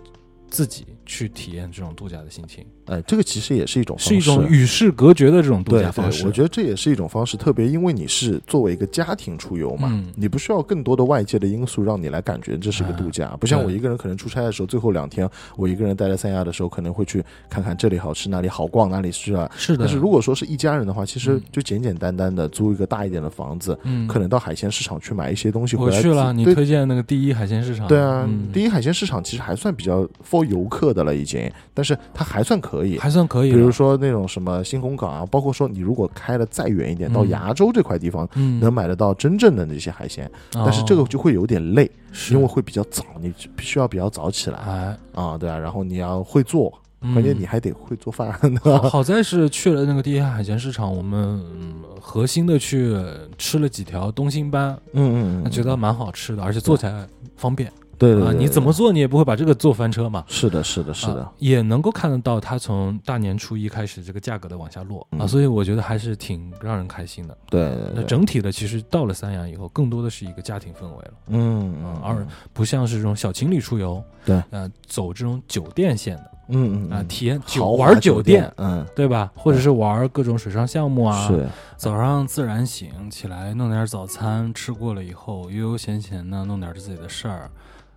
A: 自己去体验这种度假的心情，
B: 哎，这个其实也是一种方
A: 是一种
B: 式
A: 与世隔绝的这种度
B: 对
A: 假方
B: 对，
A: 式。
B: 我觉得这也是一种方式，特别因为你是作为一个家庭出游嘛，
A: 嗯哎
B: 你不需要更多的外界的因素让你来感觉这是个度假，不像
A: 对
B: 我一个人可能出差的时候，最后两天我一个人待在三亚的时候，可能会去看看这里好吃，哪里好逛，哪里是啊。
A: 是的，
B: 但是如果说是一家人的话，其实
A: 嗯
B: 就简简单单的租一个大一点的房子，
A: 嗯，
B: 可能到海鲜市场去买一些东西
A: 我
B: 回来自。
A: 去了，你
B: 对
A: 推荐那个第一海鲜市场，
B: 对啊，
A: 嗯
B: 第一海鲜市场其实还算比较 for 游客的了，已经，但是它还算可以。
A: 还算可以
B: 比
A: 了，
B: 如说那种什么新红港啊，包括说你如果开的再远一点，到
A: 嗯
B: 崖州这块地方，
A: 嗯，
B: 能买得到真正的那些海鲜，
A: 哦，
B: 但是这个就会有点累，
A: 是
B: 因为会比较早，你必须要比较早起来
A: 哎，
B: 啊，对啊，然后你要会做，
A: 嗯
B: 关键你还得会做饭，
A: 好在是去了那个第一海鲜市场，我们嗯核心的去吃了几条东星斑，
B: 嗯
A: 觉得蛮好吃的，而且做起来方便
B: 对对
A: 啊，
B: 对，
A: 你怎
B: 么
A: 么做你也不会把这个做翻车嘛。
B: 是的，是的，是的
A: 啊，也能够看得到它从大年初一开始这个价格的往下落、啊，
B: 嗯
A: 所以我觉得还是挺让人开心的。
B: 对对
A: 那
B: 对，
A: 整体的其实到了三亚以后，更多的是一个家庭氛围了。
B: 嗯
A: 嗯
B: 嗯，
A: 而不像是这种小情侣出游，
B: 对，
A: 呃，走这种酒店线的
B: 嗯嗯
A: 啊、
B: 嗯
A: 体验酒
B: 豪华
A: 玩酒
B: 店
A: 店，，
B: 嗯
A: 对吧？或者是玩各种水上项目啊，
B: 是，
A: 早上自然醒起来，弄点早餐，吃过了以后，悠悠闲闲的弄点自己的事儿，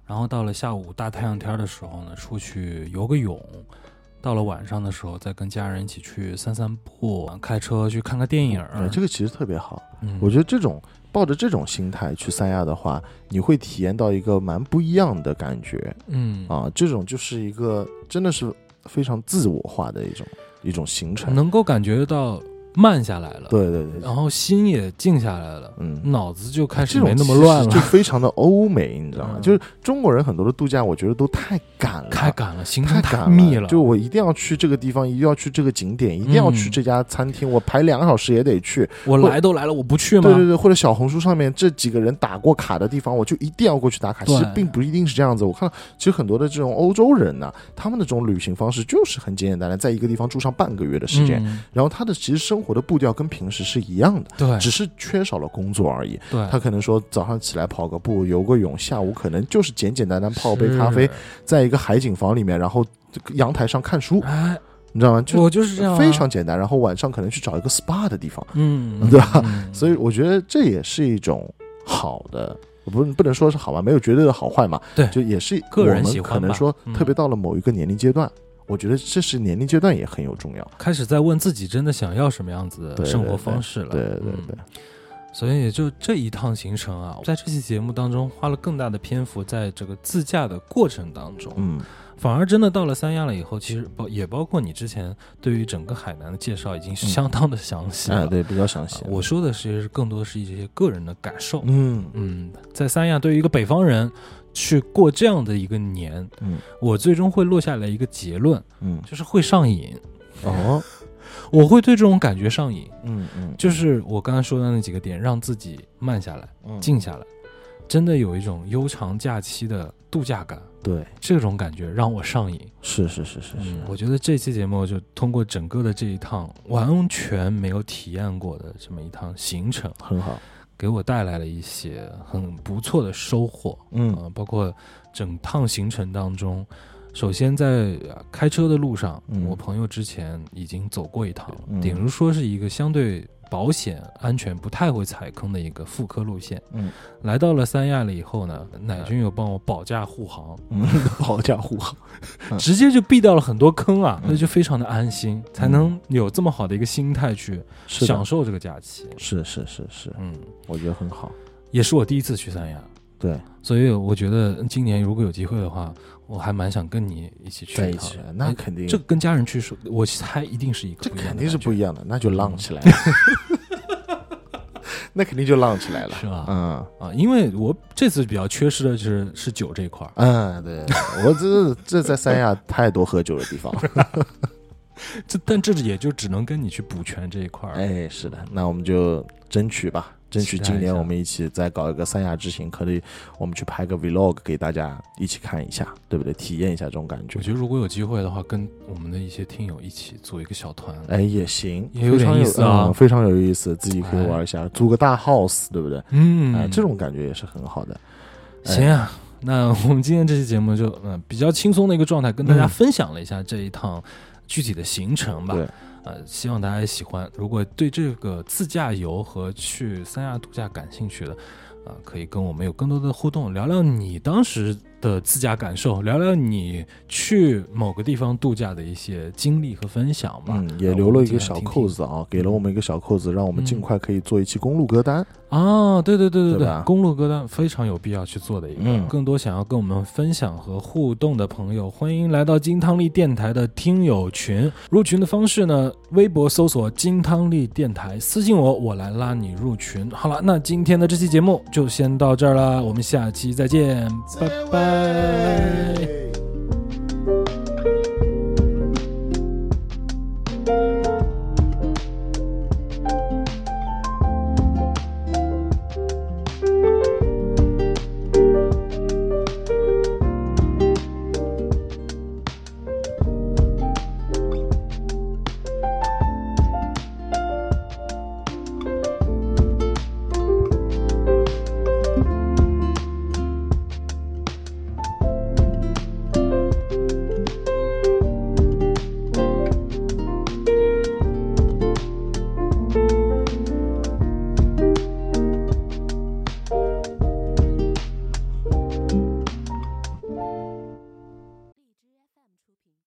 A: 然后到了下午大太阳天儿的时候呢，出去游个泳。到了晚上的时候，再跟家人一起去散散步，啊开车去看个电影儿。
B: 哎这个其实特别好，
A: 嗯
B: 我觉得这种。抱着这种心态去三亚的话，你会体验到一个蛮不一样的感觉。
A: 嗯
B: 啊，这种就是一个真的是非常自我化的一种一种行程。
A: 能够感觉到慢下来了，
B: 对对对，
A: 然后心也静下来了，
B: 嗯，
A: 脑子就呃开
B: 这
A: 始
B: 种
A: 没那么
B: 其实
A: 乱
B: 就
A: 了，
B: 非常的欧美，你知道吗？
A: 嗯
B: 就是中国人很多的度假，我觉得都太赶了，
A: 太赶了，行
B: 太
A: 程
B: 赶
A: 密了，
B: 就我一定要去这个地方，一定要去这个景点，一定要
A: 嗯
B: 去这家餐厅，我排两个小时也得去。
A: 我来都来了，我不去吗？
B: 对对对，或者小红书上面这几个人打过卡的地方，我就一定要过去打卡。其实
A: 对
B: 并不一定是这样子。我看到其实很多的这种欧洲人呢、他们的这种旅行方式就是很简简单单，在一个地方住上半个月的时间，
A: 嗯
B: 然后他的其实生活的步调跟平时是一样的，
A: 对
B: 只是缺少了工作而已。
A: 对，
B: 他可能说早上起来跑个步、游个泳，下午可能就是简简单单泡杯咖啡
A: 是，，
B: 在一个海景房里面，然后这个阳台上看书，
A: 哎，
B: 你知道吗？就
A: 我就是这样啊，
B: 非常简单。然后晚上可能去找一个 SPA 的地方，
A: 嗯，
B: 对吧
A: 嗯
B: 所以我觉得这也是一种好的。不，不能说是好吧，没有绝对的好坏嘛。
A: 对
B: 就也是
A: 个人喜
B: 我们
A: 欢吧
B: 可能说，
A: 嗯
B: 特别到了某一个年龄阶段，我觉得这是年龄阶段也很有重要。
A: 开始在问自己真的想要什么样子的
B: 对
A: 生活方式了。
B: 对对对
A: 嗯所以就这一趟行程啊，在这期节目当中花了更大的篇幅在这个自驾的过程当中，
B: 嗯
A: 反而真的到了三亚了以后，其实包也包括你之前对于整个海南的介绍已经是
B: 嗯
A: 相当的详细了。
B: 哎，对，比较详细
A: 啊。我说的其实更多是一些个人的感受。
B: 嗯
A: 嗯，在三亚对于一个北方人去过这样的一个年，
B: 嗯
A: 我最终会落下来一个结论，
B: 嗯，
A: 就是会上瘾。
B: 哦，
A: 我会对这种感觉上瘾，
B: 嗯嗯，
A: 就是我刚刚说的那几个点，让自己慢下来、
B: 嗯
A: 静下来，真的有一种悠长假期的度假感，
B: 对，
A: 这种感觉让我上瘾。
B: 是是是是是
A: 嗯，，我觉得这期节目就通过整个的这一趟完全没有体验过的这么一趟行程，
B: 很好，
A: 给我带来了一些很不错的收获。
B: 嗯
A: 呃，包括整趟行程当中，首先在呃开车的路上，
B: 嗯
A: 我朋友之前已经走过一趟了，
B: 嗯
A: 顶如说是一个相对保险、安全、不太会踩坑的一个复科路线。
B: 嗯，
A: 来到了三亚了以后呢，乃军又帮我保驾护航，
B: 嗯，保驾护航，嗯
A: 直接就避掉了很多坑啊，
B: 嗯
A: 那就非常的安心，才能有这么好的一个心态去
B: 是
A: 享
B: 的，
A: 受这个假期。
B: 是是是是，
A: 嗯，
B: 我觉得很好。
A: 也是我第一次去三亚，
B: 对，
A: 所以我觉得今年如果有机会的话，我还蛮想跟你一起去
B: 在一
A: 趟
B: 起
A: 的，
B: 那肯定，
A: 这个跟家人去说，我猜一定是一个
B: 这
A: 不一样的
B: 肯定是
A: 感觉嗯
B: 不一样的，那就浪 起来，那肯定就浪起来了，
A: 是吧
B: 嗯。
A: 啊，因为我这次比较缺失的是是酒这一块儿，
B: 嗯，对，我这这在三亚太多喝酒的地方了。
A: 这但这也就只能跟你去补全这一块儿。
B: 哎，是的，那我们就争取吧，争取
A: 期待
B: 今年
A: 一下
B: 我们一起再搞一个三亚之行，可以我们去拍个 vlog 给大家一起看一下，对不对？体验一下这种感觉
A: 我。觉得如果有机会的话，跟我们的一些听友一起组一个小团，
B: 哎，也行，
A: 也有
B: 非常
A: 点意思啊哎
B: 嗯非常有意思，自己可以玩一下，租个大 house，对不对？
A: 嗯，
B: 哎，这种感觉也是很好的。哎
A: 行啊。那我们今天这期节目就嗯、呃比较轻松的一个状态，跟大家
B: 嗯
A: 分享了一下这一趟具体的行程吧。
B: 对，
A: 呃，希望大家也喜欢。如果对这个自驾游和去三亚度假感兴趣的，啊、可以跟我们有更多的互动，聊聊你当时的自驾感受，聊聊你去某个地方度假的一些经历和分享吧。
B: 嗯，也
A: 呃
B: 留
A: 我
B: 了
A: 们
B: 一
A: 尽
B: 个
A: 量
B: 小
A: 听
B: 扣
A: 听
B: 子啊，给了我们一个小扣子，让我们尽
A: 嗯
B: 快可以做一期公路歌单。
A: 啊，对对对对
B: 对吧
A: 公路歌单非常有必要去做的一个。
B: 嗯
A: 更多想要跟我们分享和互动的朋友，欢迎来到金汤力电台的听友群。入群的方式呢，微博搜索“金汤力电台”，私信我，我来拉你入群。好了，那今天的这期节目就先到这儿啦，我们下期再见，拜拜。